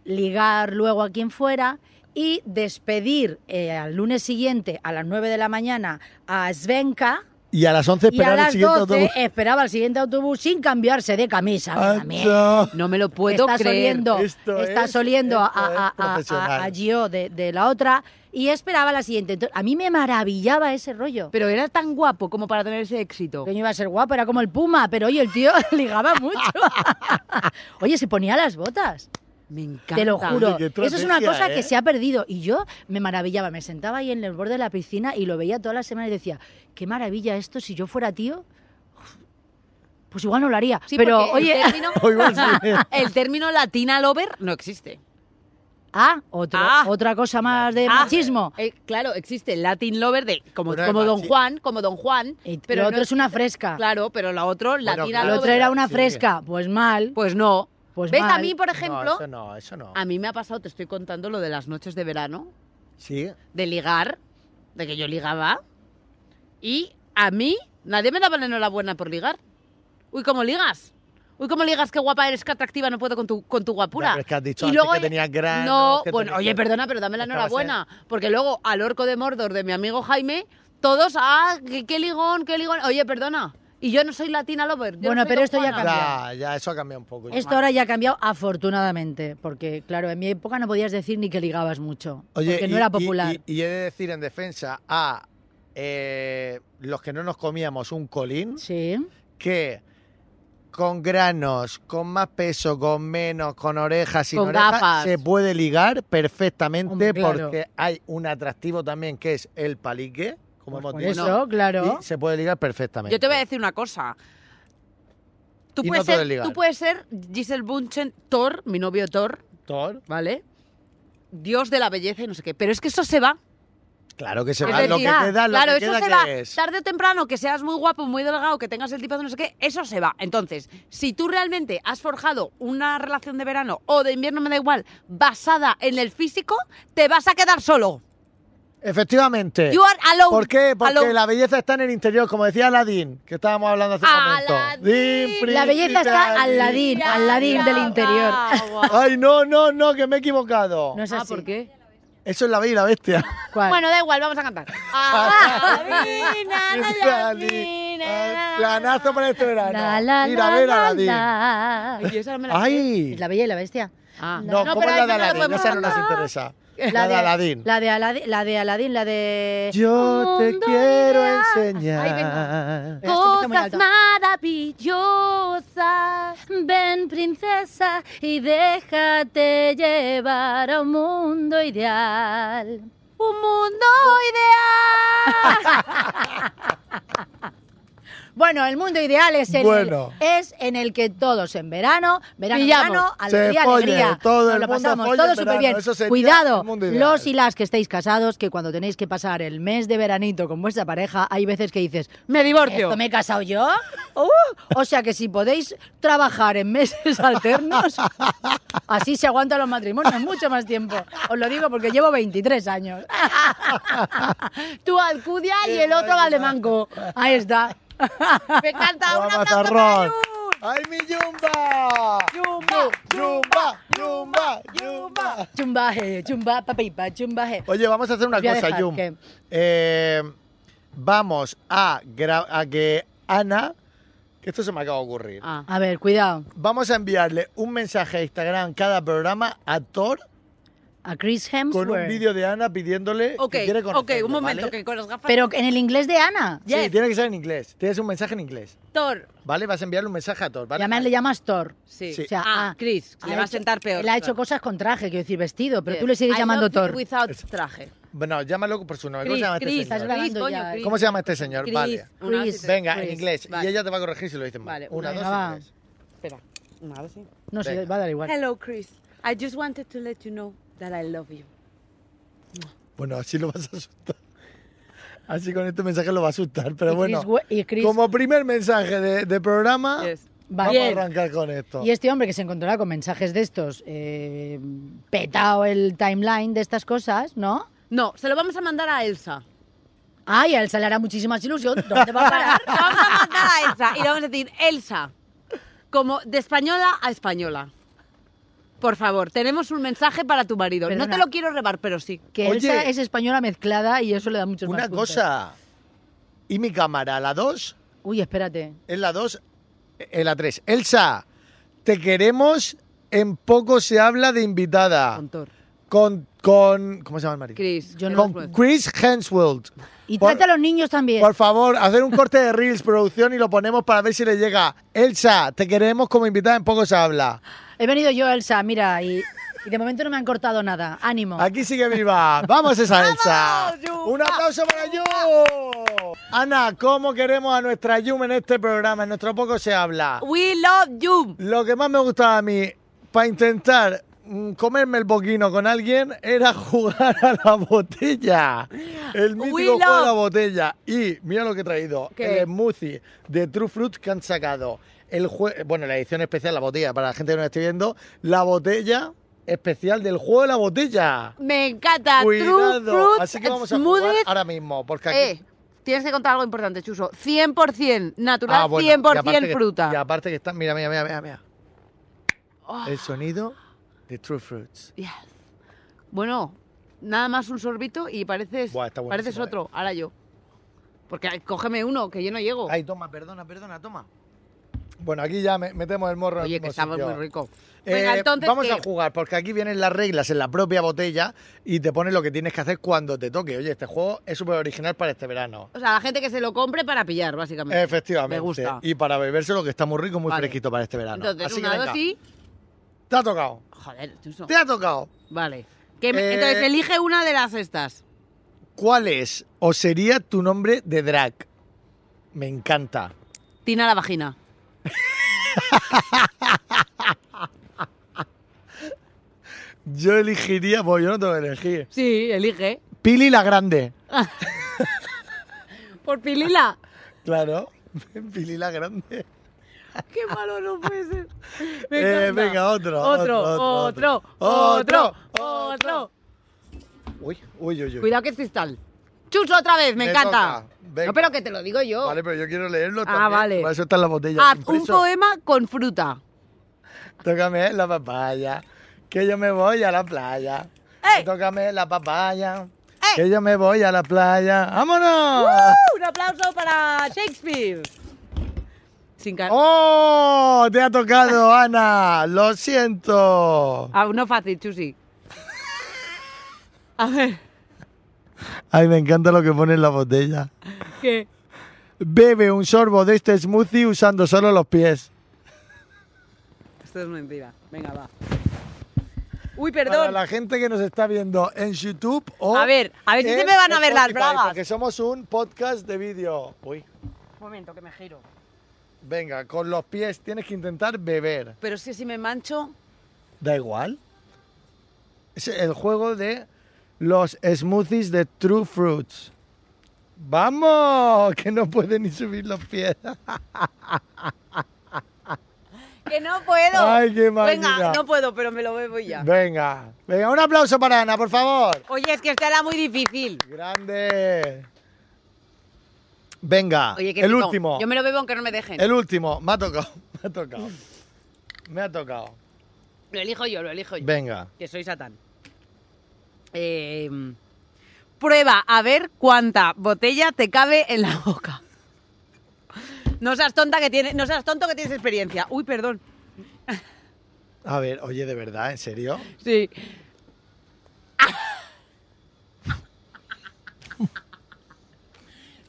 Speaker 4: ligar luego a quien fuera y despedir eh, al lunes siguiente a las 9 de la mañana a Svenka
Speaker 2: Y a las 11
Speaker 4: y a
Speaker 2: esperar el
Speaker 4: las eh, 12
Speaker 2: siguiente autobús.
Speaker 4: esperaba el siguiente autobús sin cambiarse de camisa.
Speaker 2: Ah,
Speaker 4: Mira, mira.
Speaker 2: no.
Speaker 3: Pues No me lo puedo
Speaker 4: Está
Speaker 3: creer.
Speaker 4: oliendo,
Speaker 2: Esto
Speaker 4: está
Speaker 2: es-
Speaker 4: oliendo a,
Speaker 2: esto es
Speaker 4: a- a- a-
Speaker 2: profesional.
Speaker 4: a Gio de, de la otra y esperaba la siguiente. Entonces, a mí me maravillaba ese rollo.
Speaker 3: Pero era tan guapo como para tener ese éxito.
Speaker 4: Que no iba a ser guapo, era como el Puma, pero oye, el tío ligaba mucho. oye, se ponía las botas.
Speaker 3: Me encanta.
Speaker 4: Te lo juro.
Speaker 2: Oye, qué
Speaker 4: Eso es una
Speaker 2: estrategia,
Speaker 4: cosa
Speaker 2: ¿eh?
Speaker 4: que se ha perdido. Y yo me maravillaba. Me sentaba ahí en el borde de la piscina y lo veía todas las semanas y decía, qué maravilla esto. Si yo fuera tío, pues igual no lo haría.
Speaker 3: Sí,
Speaker 4: Pero,
Speaker 3: porque
Speaker 4: oye,
Speaker 3: el término,
Speaker 2: Hoy va a ser-
Speaker 3: el término latina lover no existe.
Speaker 4: ah, otro-
Speaker 3: Ah.
Speaker 4: otra cosa más de
Speaker 3: Ah.
Speaker 4: machismo.
Speaker 3: Eh, claro, existe el Latin lover de como,
Speaker 2: Bueno,
Speaker 3: como
Speaker 2: el
Speaker 3: Don
Speaker 2: machi-
Speaker 3: Juan, como Don Juan,
Speaker 4: Y lo
Speaker 3: pero
Speaker 4: otro
Speaker 3: no
Speaker 4: es una fresca.
Speaker 3: Claro, pero la otro latina
Speaker 2: claro.
Speaker 4: Lo otro
Speaker 3: lover,
Speaker 4: era una
Speaker 2: Sí.
Speaker 4: fresca. Pues mal.
Speaker 3: pues no.
Speaker 4: Pues
Speaker 3: ¿Ves a
Speaker 4: mal.
Speaker 3: mí, por
Speaker 2: No,
Speaker 3: ejemplo?
Speaker 2: eso no, eso no.
Speaker 3: A mí me ha pasado, te estoy contando lo de las noches de verano,
Speaker 2: Sí.
Speaker 3: de ligar, de que yo ligaba y a mí nadie me daba la enhorabuena por ligar. Uy, ¿cómo ligas? Uy, ¿cómo ligas? Qué guapa eres, qué atractiva, no puedo con tu, con tu guapura.
Speaker 2: Ya, pero es que has dicho antes que tenías granos,
Speaker 3: No,
Speaker 2: que
Speaker 3: bueno,
Speaker 2: tenías-
Speaker 3: oye, perdona, pero dame la
Speaker 2: Estabas
Speaker 3: enhorabuena. Porque luego al orco de Mordor de mi amigo Jaime, todos, ah, qué, qué ligón, qué ligón. Oye, perdona. Y yo no soy latina lover. yo no
Speaker 4: Bueno,
Speaker 3: soy
Speaker 4: pero
Speaker 3: don
Speaker 4: esto ya
Speaker 3: Juana.
Speaker 4: cambió.
Speaker 2: Ya, ya, eso ha cambiado un poco.
Speaker 4: Esto ahora ya ha cambiado afortunadamente, porque claro, en mi época no podías decir ni que ligabas mucho,
Speaker 2: Oye,
Speaker 4: porque
Speaker 2: y-
Speaker 4: no era
Speaker 2: y-
Speaker 4: popular.
Speaker 2: Y, y he de decir en defensa a eh, los que no nos comíamos un colín,
Speaker 4: sí.
Speaker 2: que con granos, con más peso, con menos, con orejas, sin
Speaker 3: Con
Speaker 2: orejas,
Speaker 3: gafas.
Speaker 2: se puede ligar perfectamente
Speaker 4: Hombre, claro.
Speaker 2: porque hay un atractivo también que es el palique, como
Speaker 4: Pues
Speaker 2: hemos
Speaker 4: por
Speaker 2: dicho.
Speaker 4: eso, claro.
Speaker 2: Y se puede ligar perfectamente.
Speaker 3: Yo te voy a decir una cosa. Tú
Speaker 2: Y no
Speaker 3: puedes,
Speaker 2: todo es
Speaker 3: ser,
Speaker 2: legal.
Speaker 3: tú puedes ser Giselle Bunchen, Thor, mi novio Thor,
Speaker 2: Thor,
Speaker 3: ¿vale? Dios de la belleza y no sé qué. Pero es que eso se va.
Speaker 2: claro que se
Speaker 3: Es
Speaker 2: va, lo que
Speaker 3: decir, ah,
Speaker 2: te da, lo
Speaker 3: claro,
Speaker 2: que
Speaker 3: eso
Speaker 2: queda
Speaker 3: se
Speaker 2: que
Speaker 3: va.
Speaker 2: es.
Speaker 3: Tarde o temprano, que seas muy guapo, muy delgado, que tengas el tipo de no sé qué, eso se va. Entonces, si tú realmente has forjado una relación de verano o de invierno, me da igual, basada en el físico, te vas a quedar solo.
Speaker 2: Efectivamente.
Speaker 3: You are alone.
Speaker 2: ¿Por qué? Porque
Speaker 3: Alone.
Speaker 2: la belleza está en el interior, como decía Aladdin, que estábamos hablando hace un momento.
Speaker 3: Aladdin.
Speaker 2: Din,
Speaker 4: La belleza está
Speaker 2: príncipe
Speaker 4: al ladín,
Speaker 3: Mira,
Speaker 4: al ladín del
Speaker 3: brava,
Speaker 4: interior.
Speaker 3: guau.
Speaker 2: Ay, no, no, no, que me he equivocado.
Speaker 4: No es
Speaker 3: Ah,
Speaker 4: así.
Speaker 3: ¿por qué?
Speaker 2: Eso es la bella y la bestia.
Speaker 4: ¿Cuál?
Speaker 3: Bueno, da igual, vamos a cantar.
Speaker 2: Aladdin. Ay, Planazo para este verano.
Speaker 4: La, la,
Speaker 2: Ir
Speaker 4: la,
Speaker 2: a ver a
Speaker 4: la,
Speaker 2: Aladdin.
Speaker 4: la.
Speaker 3: Ay, esa no me la sé.
Speaker 2: Ay.
Speaker 4: Es La bella y la bestia.
Speaker 3: Ah.
Speaker 2: No, ¿cómo
Speaker 3: pero
Speaker 2: la
Speaker 3: esa
Speaker 2: de
Speaker 3: no la
Speaker 2: Aladdin?
Speaker 3: podemos
Speaker 2: Esa no nos
Speaker 3: cantar.
Speaker 2: interesa. La de Aladdin.
Speaker 4: La de Aladdin, la de Aladdin, la de...
Speaker 2: Yo te
Speaker 4: Mundo
Speaker 2: quiero
Speaker 4: ideal.
Speaker 2: enseñar.
Speaker 4: Espera, esto empieza muy
Speaker 3: Cosas
Speaker 4: alto.
Speaker 3: maravillosas.
Speaker 4: Ven, princesa, y déjate llevar a un mundo ideal.
Speaker 3: Un mundo ideal.
Speaker 4: Bueno, el mundo ideal es en,
Speaker 2: Bueno.
Speaker 4: el, es en en el que todos en verano, verano,
Speaker 3: Pillamos.
Speaker 4: verano,
Speaker 2: Se
Speaker 4: alegría,
Speaker 2: folle,
Speaker 4: alegría.
Speaker 2: todo
Speaker 4: Nos
Speaker 2: el
Speaker 4: lo
Speaker 2: mundo
Speaker 4: pasamos
Speaker 2: folle
Speaker 4: todo
Speaker 2: en
Speaker 4: súper bien.
Speaker 2: verano, eso sería
Speaker 4: Cuidado,
Speaker 2: el mundo ideal.
Speaker 4: los y las que estáis casados, que cuando tenéis que pasar el mes de veranito con vuestra pareja, hay veces que dices,
Speaker 3: Me divorcio.
Speaker 4: ¿esto me he casado yo? Uh, o sea que si podéis trabajar en meses alternos, así se aguantan los matrimonios mucho más tiempo. Os lo digo porque llevo 23 años.
Speaker 3: Tú Alcudia
Speaker 4: Y el otro Valdemanco. Ahí está.
Speaker 3: Me encanta. Un
Speaker 2: Vamos,
Speaker 3: aplauso para
Speaker 2: Zarrón.
Speaker 3: Yu.
Speaker 2: ¡Ay, mi yumba!
Speaker 3: Yumba,
Speaker 2: ¡Yumba! ¡Yumba! ¡Yumba!
Speaker 4: Chumbaje, chumba, papipa, chumbaje.
Speaker 2: Oye, vamos a hacer una
Speaker 4: Voy a
Speaker 2: cosa,
Speaker 4: dejar
Speaker 2: Yum.
Speaker 4: que-
Speaker 2: Eh, vamos a, gra- a que Ana, que esto se me acaba de ocurrir.
Speaker 3: Ah.
Speaker 4: A ver, cuidado.
Speaker 2: Vamos a enviarle un mensaje a Instagram cada programa a Thor
Speaker 4: a Chris
Speaker 2: Con un
Speaker 4: Hemsworth.
Speaker 2: vídeo de Ana pidiéndole
Speaker 3: Ok,
Speaker 2: que quiere
Speaker 3: ok,
Speaker 2: conocerlo,
Speaker 3: un momento,
Speaker 2: ¿vale?
Speaker 3: que con las gafas.
Speaker 4: Pero en el inglés de Ana.
Speaker 2: Sí,
Speaker 3: Yes.
Speaker 2: tiene que ser en inglés. Tienes un mensaje en inglés,
Speaker 3: Thor.
Speaker 2: ¿vale? Vas a enviarle un mensaje a Thor, ¿vale?
Speaker 4: Y además le llamas Thor.
Speaker 3: Sí.
Speaker 2: Sí.
Speaker 4: O sea,
Speaker 3: ah,
Speaker 4: ah,
Speaker 3: Chris,
Speaker 4: ha
Speaker 3: le va a
Speaker 4: hecho-
Speaker 3: sentar peor.
Speaker 4: Él ha hecho
Speaker 3: claro.
Speaker 4: cosas con traje, quiero decir vestido, pero
Speaker 3: Yes.
Speaker 4: tú le sigues
Speaker 3: I
Speaker 4: llamando
Speaker 3: love you
Speaker 4: Thor.
Speaker 3: Without traje.
Speaker 2: Bueno, llámalo por su nombre. ¿Cómo
Speaker 3: Chris,
Speaker 2: se llama
Speaker 3: Chris,
Speaker 2: este
Speaker 4: estás
Speaker 2: señor?
Speaker 4: grabando
Speaker 3: Chris, coño,
Speaker 4: ya, ¿eh?
Speaker 3: Chris.
Speaker 2: ¿Cómo se llama este señor?
Speaker 3: Chris.
Speaker 2: Vale.
Speaker 3: Una,
Speaker 4: Chris.
Speaker 3: dos y tres.
Speaker 2: Venga, en
Speaker 3: Chris.
Speaker 2: inglés.
Speaker 3: Vale.
Speaker 2: Y ella te va a corregir si lo dices mal.
Speaker 3: Vale,
Speaker 2: Una,
Speaker 4: venga,
Speaker 2: dos
Speaker 4: va.
Speaker 2: y tres.
Speaker 3: Espera. Una, dos y-
Speaker 4: No sé,
Speaker 2: Venga.
Speaker 4: va a dar igual.
Speaker 3: Hello, Chris. I just wanted to let you know that I love you.
Speaker 2: Bueno, así lo vas a asustar. Así con este mensaje lo va a asustar. Pero
Speaker 4: Y
Speaker 2: bueno,
Speaker 4: Chris We- y Chris-
Speaker 2: como primer mensaje de, de programa,
Speaker 3: Yes.
Speaker 2: vamos
Speaker 4: Vale.
Speaker 2: a arrancar con esto.
Speaker 4: Y este hombre que se encontrará con mensajes de estos, eh, petado el timeline de estas cosas, ¿no?
Speaker 3: No, se lo vamos a mandar a Elsa.
Speaker 4: Ay, a él se le hará muchísima ilusión. ¿Dónde va a parar?
Speaker 3: Lo vamos a mandar a Elsa y le vamos a decir, Elsa, como de española a española. Por favor, tenemos un mensaje para tu marido. No
Speaker 4: Perdona.
Speaker 3: te lo quiero rebar, pero sí.
Speaker 4: Que
Speaker 2: Oye.
Speaker 4: Elsa es española mezclada y eso le da muchos más
Speaker 2: Una
Speaker 4: puntos.
Speaker 2: cosa. ¿Y mi cámara? ¿La 2?
Speaker 4: Uy, espérate.
Speaker 2: Es la 2, es la 3. Elsa, te queremos. En poco se habla de invitada.
Speaker 3: Con Thor.
Speaker 2: Con. con ¿Cómo se llama el marido?
Speaker 3: Chris.
Speaker 4: Yo no-
Speaker 2: Con Chris Hemsworth.
Speaker 4: Y
Speaker 2: Por-
Speaker 4: trata a los niños también.
Speaker 2: Por favor, hacer un corte de Reels, producción, y lo ponemos para ver si le llega. Elsa, te queremos como invitada, en poco se habla.
Speaker 4: He venido yo, Elsa, mira, y, y de momento no me han cortado nada. Ánimo.
Speaker 2: Aquí sigue viva. ¡Vamos esa Elsa!
Speaker 3: Yu!
Speaker 2: ¡Un aplauso para Yu! Ana, ¿cómo queremos a nuestra Yum en este programa? En nuestro poco se habla.
Speaker 3: We love you.
Speaker 2: Lo que más me gustaba a mí para intentar mm, comerme el boquino con alguien era jugar a la botella. El mítico
Speaker 3: Willow.
Speaker 2: juego a la botella. Y mira lo que he traído.
Speaker 3: ¿Qué?
Speaker 2: El smoothie de True Fruits que han sacado. El jue- bueno, la edición especial, la botella, para la gente que no esté viendo. La botella especial del juego de la botella.
Speaker 3: Me encanta. True
Speaker 2: Cuidado.
Speaker 3: Fruit
Speaker 2: Así que vamos a jugar
Speaker 3: Smoothies.
Speaker 2: ahora mismo. Porque aquí...
Speaker 3: Eh, tienes que contar algo importante, Chuso. 100% natural,
Speaker 2: Ah, bueno, y
Speaker 3: 100%
Speaker 2: aparte que-
Speaker 3: fruta. Oh.
Speaker 2: y aparte que está, mira, mira, mira, mira, mira. El sonido de True Fruits.
Speaker 3: Yes. Bueno, nada más un sorbito y pareces,
Speaker 2: Buah, está buenísimo,
Speaker 3: pareces
Speaker 2: eh.
Speaker 3: otro. Ahora yo. Porque ay, cógeme uno, que yo no llego.
Speaker 2: Ay, toma, perdona, perdona, toma. Bueno, aquí ya me- metemos el morro. en el
Speaker 3: Oye, que
Speaker 2: mismo
Speaker 3: estaba
Speaker 2: sitio.
Speaker 3: muy rico.
Speaker 2: Eh,
Speaker 3: Venga, entonces,
Speaker 2: vamos
Speaker 3: ¿qué?
Speaker 2: a jugar, porque aquí vienen las reglas en la propia botella y te pones lo que tienes que hacer cuando te toque. Oye, este juego es súper original para este verano.
Speaker 3: O sea, la gente que se lo compre para pillar, básicamente.
Speaker 2: Efectivamente.
Speaker 3: Me gusta.
Speaker 2: Y para beberse lo que está muy rico, muy
Speaker 3: Vale.
Speaker 2: fresquito para este verano.
Speaker 3: Entonces,
Speaker 2: Así que
Speaker 3: una,
Speaker 2: venga,
Speaker 3: dos y...
Speaker 2: Te ha tocado.
Speaker 3: Joder, Chuso.
Speaker 2: Te ha tocado.
Speaker 3: Vale. Que me-
Speaker 2: Eh,
Speaker 3: Entonces, elige una de las estas.
Speaker 2: ¿Cuál es o sería tu nombre de drag? Me encanta.
Speaker 3: Tina la vagina.
Speaker 2: Yo elegiría, pues yo no tengo que elegir.
Speaker 3: Sí, elige.
Speaker 2: Pili la Grande.
Speaker 3: Por Pilila.
Speaker 2: Claro, Pili la Grande.
Speaker 3: Qué malo no puede ser. Me
Speaker 2: Eh,
Speaker 3: encanta.
Speaker 2: venga, otro,
Speaker 3: Otro,
Speaker 2: otro,
Speaker 3: otro,
Speaker 2: otro.
Speaker 3: otro, otro.
Speaker 2: Otro. Uy, uy, uy, uy.
Speaker 3: Cuidado que es cristal. Chuso otra vez, me,
Speaker 2: Me
Speaker 3: encanta.
Speaker 2: toca, venga.
Speaker 3: No, pero que te lo digo yo.
Speaker 2: Vale, pero yo quiero leerlo
Speaker 3: Ah,
Speaker 2: también.
Speaker 3: vale. Ah,
Speaker 2: Para eso está la botella.
Speaker 3: Haz
Speaker 2: Por
Speaker 3: un
Speaker 2: eso,
Speaker 3: poema con fruta.
Speaker 2: Tócame la papaya, que yo me voy a la playa.
Speaker 3: ¡Ey!
Speaker 2: Tócame la papaya,
Speaker 3: ¡Ey!
Speaker 2: que yo me voy a la playa. ¡Vámonos!
Speaker 3: Un aplauso para Shakespeare. Sin cara.
Speaker 2: ¡Oh! Te ha tocado, Ana. Lo siento.
Speaker 3: Ah, no fácil, Chusi. A ver,
Speaker 2: Ay, me encanta lo que pone en la botella.
Speaker 3: ¿qué?
Speaker 2: Bebe un sorbo de este smoothie usando solo los pies.
Speaker 3: Esto es mentira. Venga, va. Uy,
Speaker 2: Para
Speaker 3: perdón.
Speaker 2: la gente que nos está viendo en YouTube o.
Speaker 3: A ver, a ver si
Speaker 2: en
Speaker 3: se me van a ver las
Speaker 2: Spotify,
Speaker 3: bragas.
Speaker 2: Porque somos un podcast de vídeo. Uy.
Speaker 3: Un momento, que me giro.
Speaker 2: Venga, con los pies tienes que intentar beber.
Speaker 3: Pero es que si me mancho...
Speaker 2: Da igual. Es el juego de los smoothies de True Fruits. ¡Vamos! Que no puede ni subir los pies.
Speaker 3: ¡Que no puedo!
Speaker 2: Ay, qué máquina.
Speaker 3: Venga, no puedo, pero me lo bebo y ya.
Speaker 2: Venga, venga, un aplauso para Ana, por favor.
Speaker 3: Oye, es que esta era muy difícil.
Speaker 2: Grande. Venga,
Speaker 3: Oye, que
Speaker 2: el
Speaker 3: sí, no,
Speaker 2: último.
Speaker 3: Yo me lo bebo aunque no me dejen.
Speaker 2: El último, me ha tocado, me ha tocado. Me ha tocado.
Speaker 3: Lo elijo yo, lo elijo yo.
Speaker 2: Venga.
Speaker 3: Que soy Satán. Eh, prueba a ver cuánta botella te cabe en la boca. No seas tonta que tienes, no seas tonto que tienes experiencia. Uy, perdón. ¡Oh!
Speaker 2: A ver, oye, de verdad, en serio.
Speaker 3: Sí.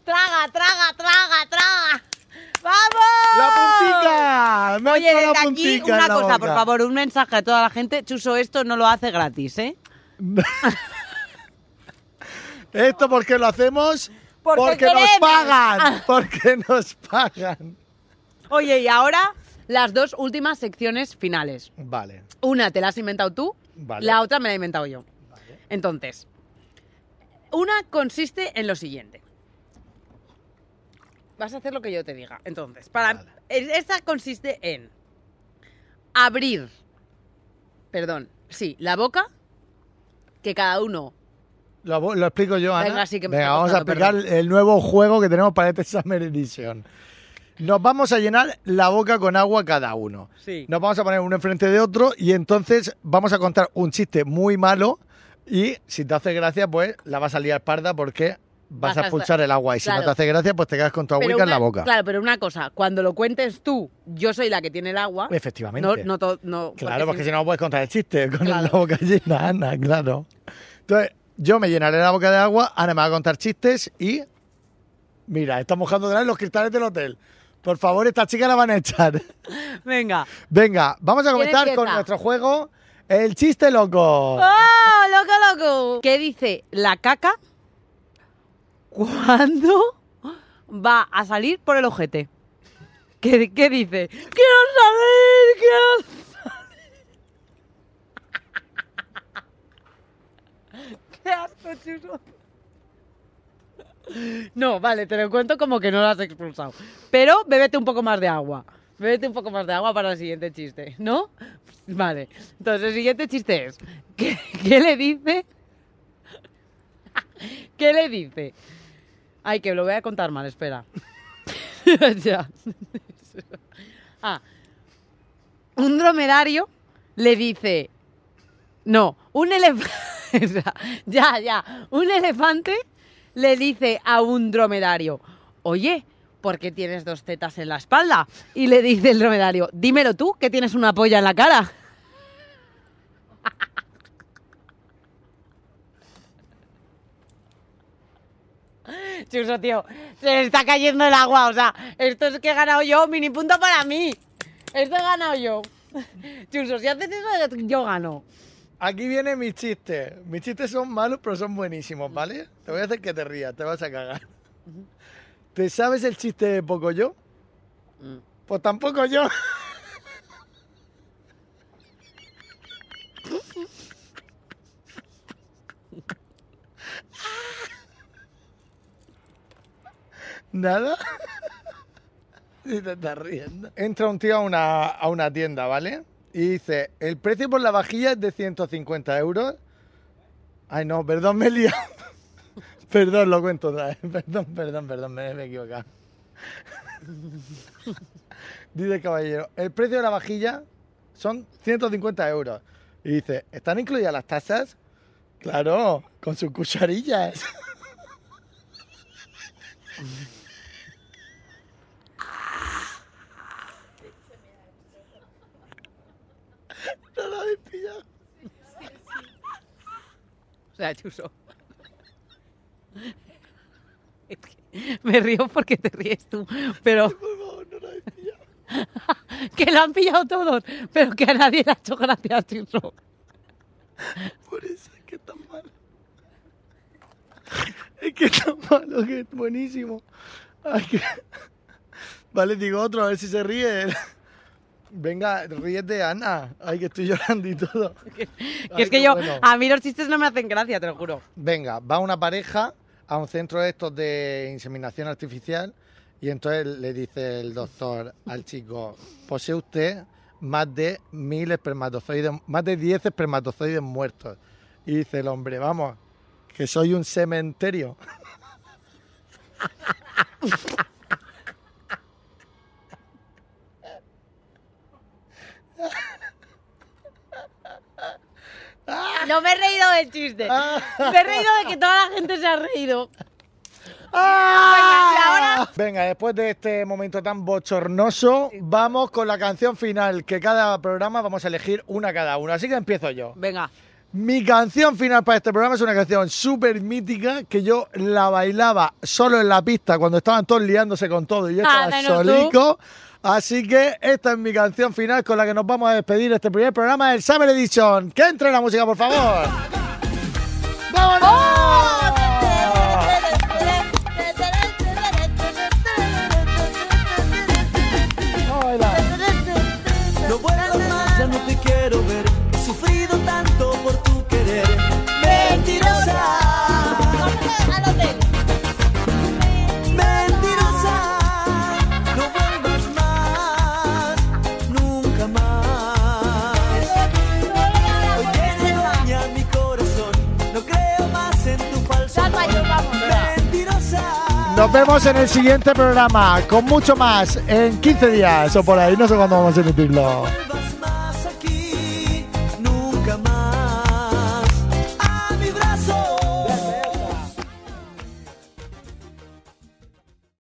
Speaker 3: Traga, traga, traga, traga. ¡Vamos!
Speaker 2: ¡La puntica! Me ha
Speaker 3: Oye,
Speaker 2: hecho la
Speaker 3: desde aquí
Speaker 2: puntica en
Speaker 3: una
Speaker 2: la
Speaker 3: cosa,
Speaker 2: boca.
Speaker 3: por favor, un mensaje a toda la gente. Chuso, esto no lo hace gratis, ¿eh?
Speaker 2: Esto porque lo hacemos
Speaker 3: Porque
Speaker 2: nos
Speaker 3: queremos. Ah.
Speaker 2: pagan. Porque nos pagan.
Speaker 3: Oye, y ahora las dos últimas secciones finales.
Speaker 2: Vale.
Speaker 3: Una te la has inventado tú,
Speaker 2: Vale.
Speaker 3: la otra me la he inventado yo. Entonces, una consiste en lo siguiente. Vas a hacer lo que yo te diga. Entonces, para
Speaker 2: Vale.
Speaker 3: es- esta consiste en abrir, perdón, sí, la boca, que cada uno
Speaker 2: Lo, vo- lo explico yo, Ana.
Speaker 3: Venga, sí, que me está
Speaker 2: vamos a
Speaker 3: costando,
Speaker 2: explicar el nuevo juego que tenemos para este Summer Edition. Nos vamos a llenar la boca con agua cada uno.
Speaker 3: Sí.
Speaker 2: Nos vamos a poner uno enfrente de otro y entonces vamos a contar un chiste muy malo y si te hace gracia, pues la vas a liar parda porque vas,
Speaker 3: Vas
Speaker 2: a
Speaker 3: a
Speaker 2: expulsar el agua y si no
Speaker 3: claro.
Speaker 2: te hace gracia, pues te quedas con tu agüita
Speaker 3: Pero
Speaker 2: en la
Speaker 3: una-
Speaker 2: boca.
Speaker 3: Claro, pero una cosa, cuando lo cuentes tú, yo soy la que tiene el agua.
Speaker 2: Efectivamente.
Speaker 3: No, no, to- no,
Speaker 2: Claro, porque
Speaker 3: si-
Speaker 2: si no puedes contar el chiste con la boca llena, Ana, claro. Entonces, yo me llenaré la boca de agua, Ana me va a contar chistes y. Mira, está mojando de los cristales del hotel. Por favor, esta chica la van a echar.
Speaker 3: Venga.
Speaker 2: Venga, vamos a
Speaker 3: ¿Quién
Speaker 2: comenzar con
Speaker 3: empieza?
Speaker 2: nuestro juego, el chiste loco.
Speaker 3: ¡Oh, loco, loco! ¿Qué dice la caca cuando va a salir por el ojete? ¿Qué, qué dice? ¡Quiero salir! ¡Quiero salir! ¡Qué asco, chulo! No, vale, te lo cuento como que no lo has expulsado. Pero bébete un poco más de agua. Bébete un poco más de agua para el siguiente chiste, ¿no? Vale. Entonces, el siguiente chiste es, ¿qué, qué le dice? ¿Qué le dice? Ay, que lo voy a contar mal, espera. ya. ah. Un dromedario le dice, no, un elefante. ya, ya. Un elefante le dice a un dromedario, oye, ¿por qué tienes dos tetas en la espalda? Y le dice el dromedario, dímelo tú, que tienes una polla en la cara. Chuso, tío, se le está cayendo el agua. O sea, esto es que he ganado yo, mini punto para mí. Esto he ganado yo. Chuso, si haces eso, yo gano.
Speaker 2: Aquí viene mi chiste. Mis chistes son malos, pero son buenísimos, ¿vale? Te voy a hacer que te rías, te vas a cagar. ¿Te sabes el chiste de poco yo? Pues tampoco yo. ¿Nada? Y te estás riendo. Entra un tío a una, a una tienda, ¿vale? Y dice, el precio por la vajilla es de 150 euros. Ay, no, perdón, me he liado. Perdón, lo cuento otra vez. Perdón, perdón, perdón, me me he equivocado. Dice el caballero, el precio de la vajilla son 150 euros. Y dice, ¿están incluidas las tasas? Claro, con sus cucharillas. No lo habéis pillado.
Speaker 3: O sea, Chuso. Es que Me río porque te ríes tú, pero
Speaker 2: Por favor, no lo habéis pillado.
Speaker 3: que lo han pillado todos, pero que a nadie le ha hecho gracia, Chuso.
Speaker 2: Por eso es que es tan malo. Es que es tan malo que es buenísimo. Ay, que- Vale, digo otro, a ver si se ríe. Venga, ríete, Ana. Ay, que estoy llorando y todo.
Speaker 3: Que
Speaker 2: Ay,
Speaker 3: es que
Speaker 2: qué
Speaker 3: yo,
Speaker 2: bueno.
Speaker 3: a mí los chistes no me hacen gracia, te lo juro.
Speaker 2: Venga, va una pareja a un centro de estos de inseminación artificial y entonces le dice el doctor al chico, posee usted más de mil espermatozoides, más de 10 espermatozoides muertos. Y dice el hombre, vamos, que soy un cementerio.
Speaker 3: No me he reído del chiste.
Speaker 2: Ah.
Speaker 3: Me he reído de que toda la gente se ha reído.
Speaker 2: Venga, después de este momento tan bochornoso, vamos con la canción final, que cada programa vamos a elegir una cada uno. Así que empiezo yo.
Speaker 3: Venga,
Speaker 2: Mi canción final para este programa es una canción súper mítica que yo la bailaba solo en la pista cuando estaban todos liándose con todo y yo
Speaker 3: Ah,
Speaker 2: estaba
Speaker 3: menos tú.
Speaker 2: solico. Así que esta es mi canción final con la que nos vamos a despedir este primer programa del Summer Edition. ¡Que entre la música, por favor! ¡Vámonos! Vamos a bailar.
Speaker 5: No vuelvas más, ya no te quiero ver. He sufrido tanto por tu querer. Mentirosa. Mentirosa. No vuelvas más, nunca más. Hoy tienes daña mi corazón. No creo más en tu falso. amor. Mentirosa.
Speaker 2: Nos vemos en el siguiente programa con mucho más en 15 días o por ahí, no sé cuándo vamos a emitirlo.
Speaker 5: vuelvas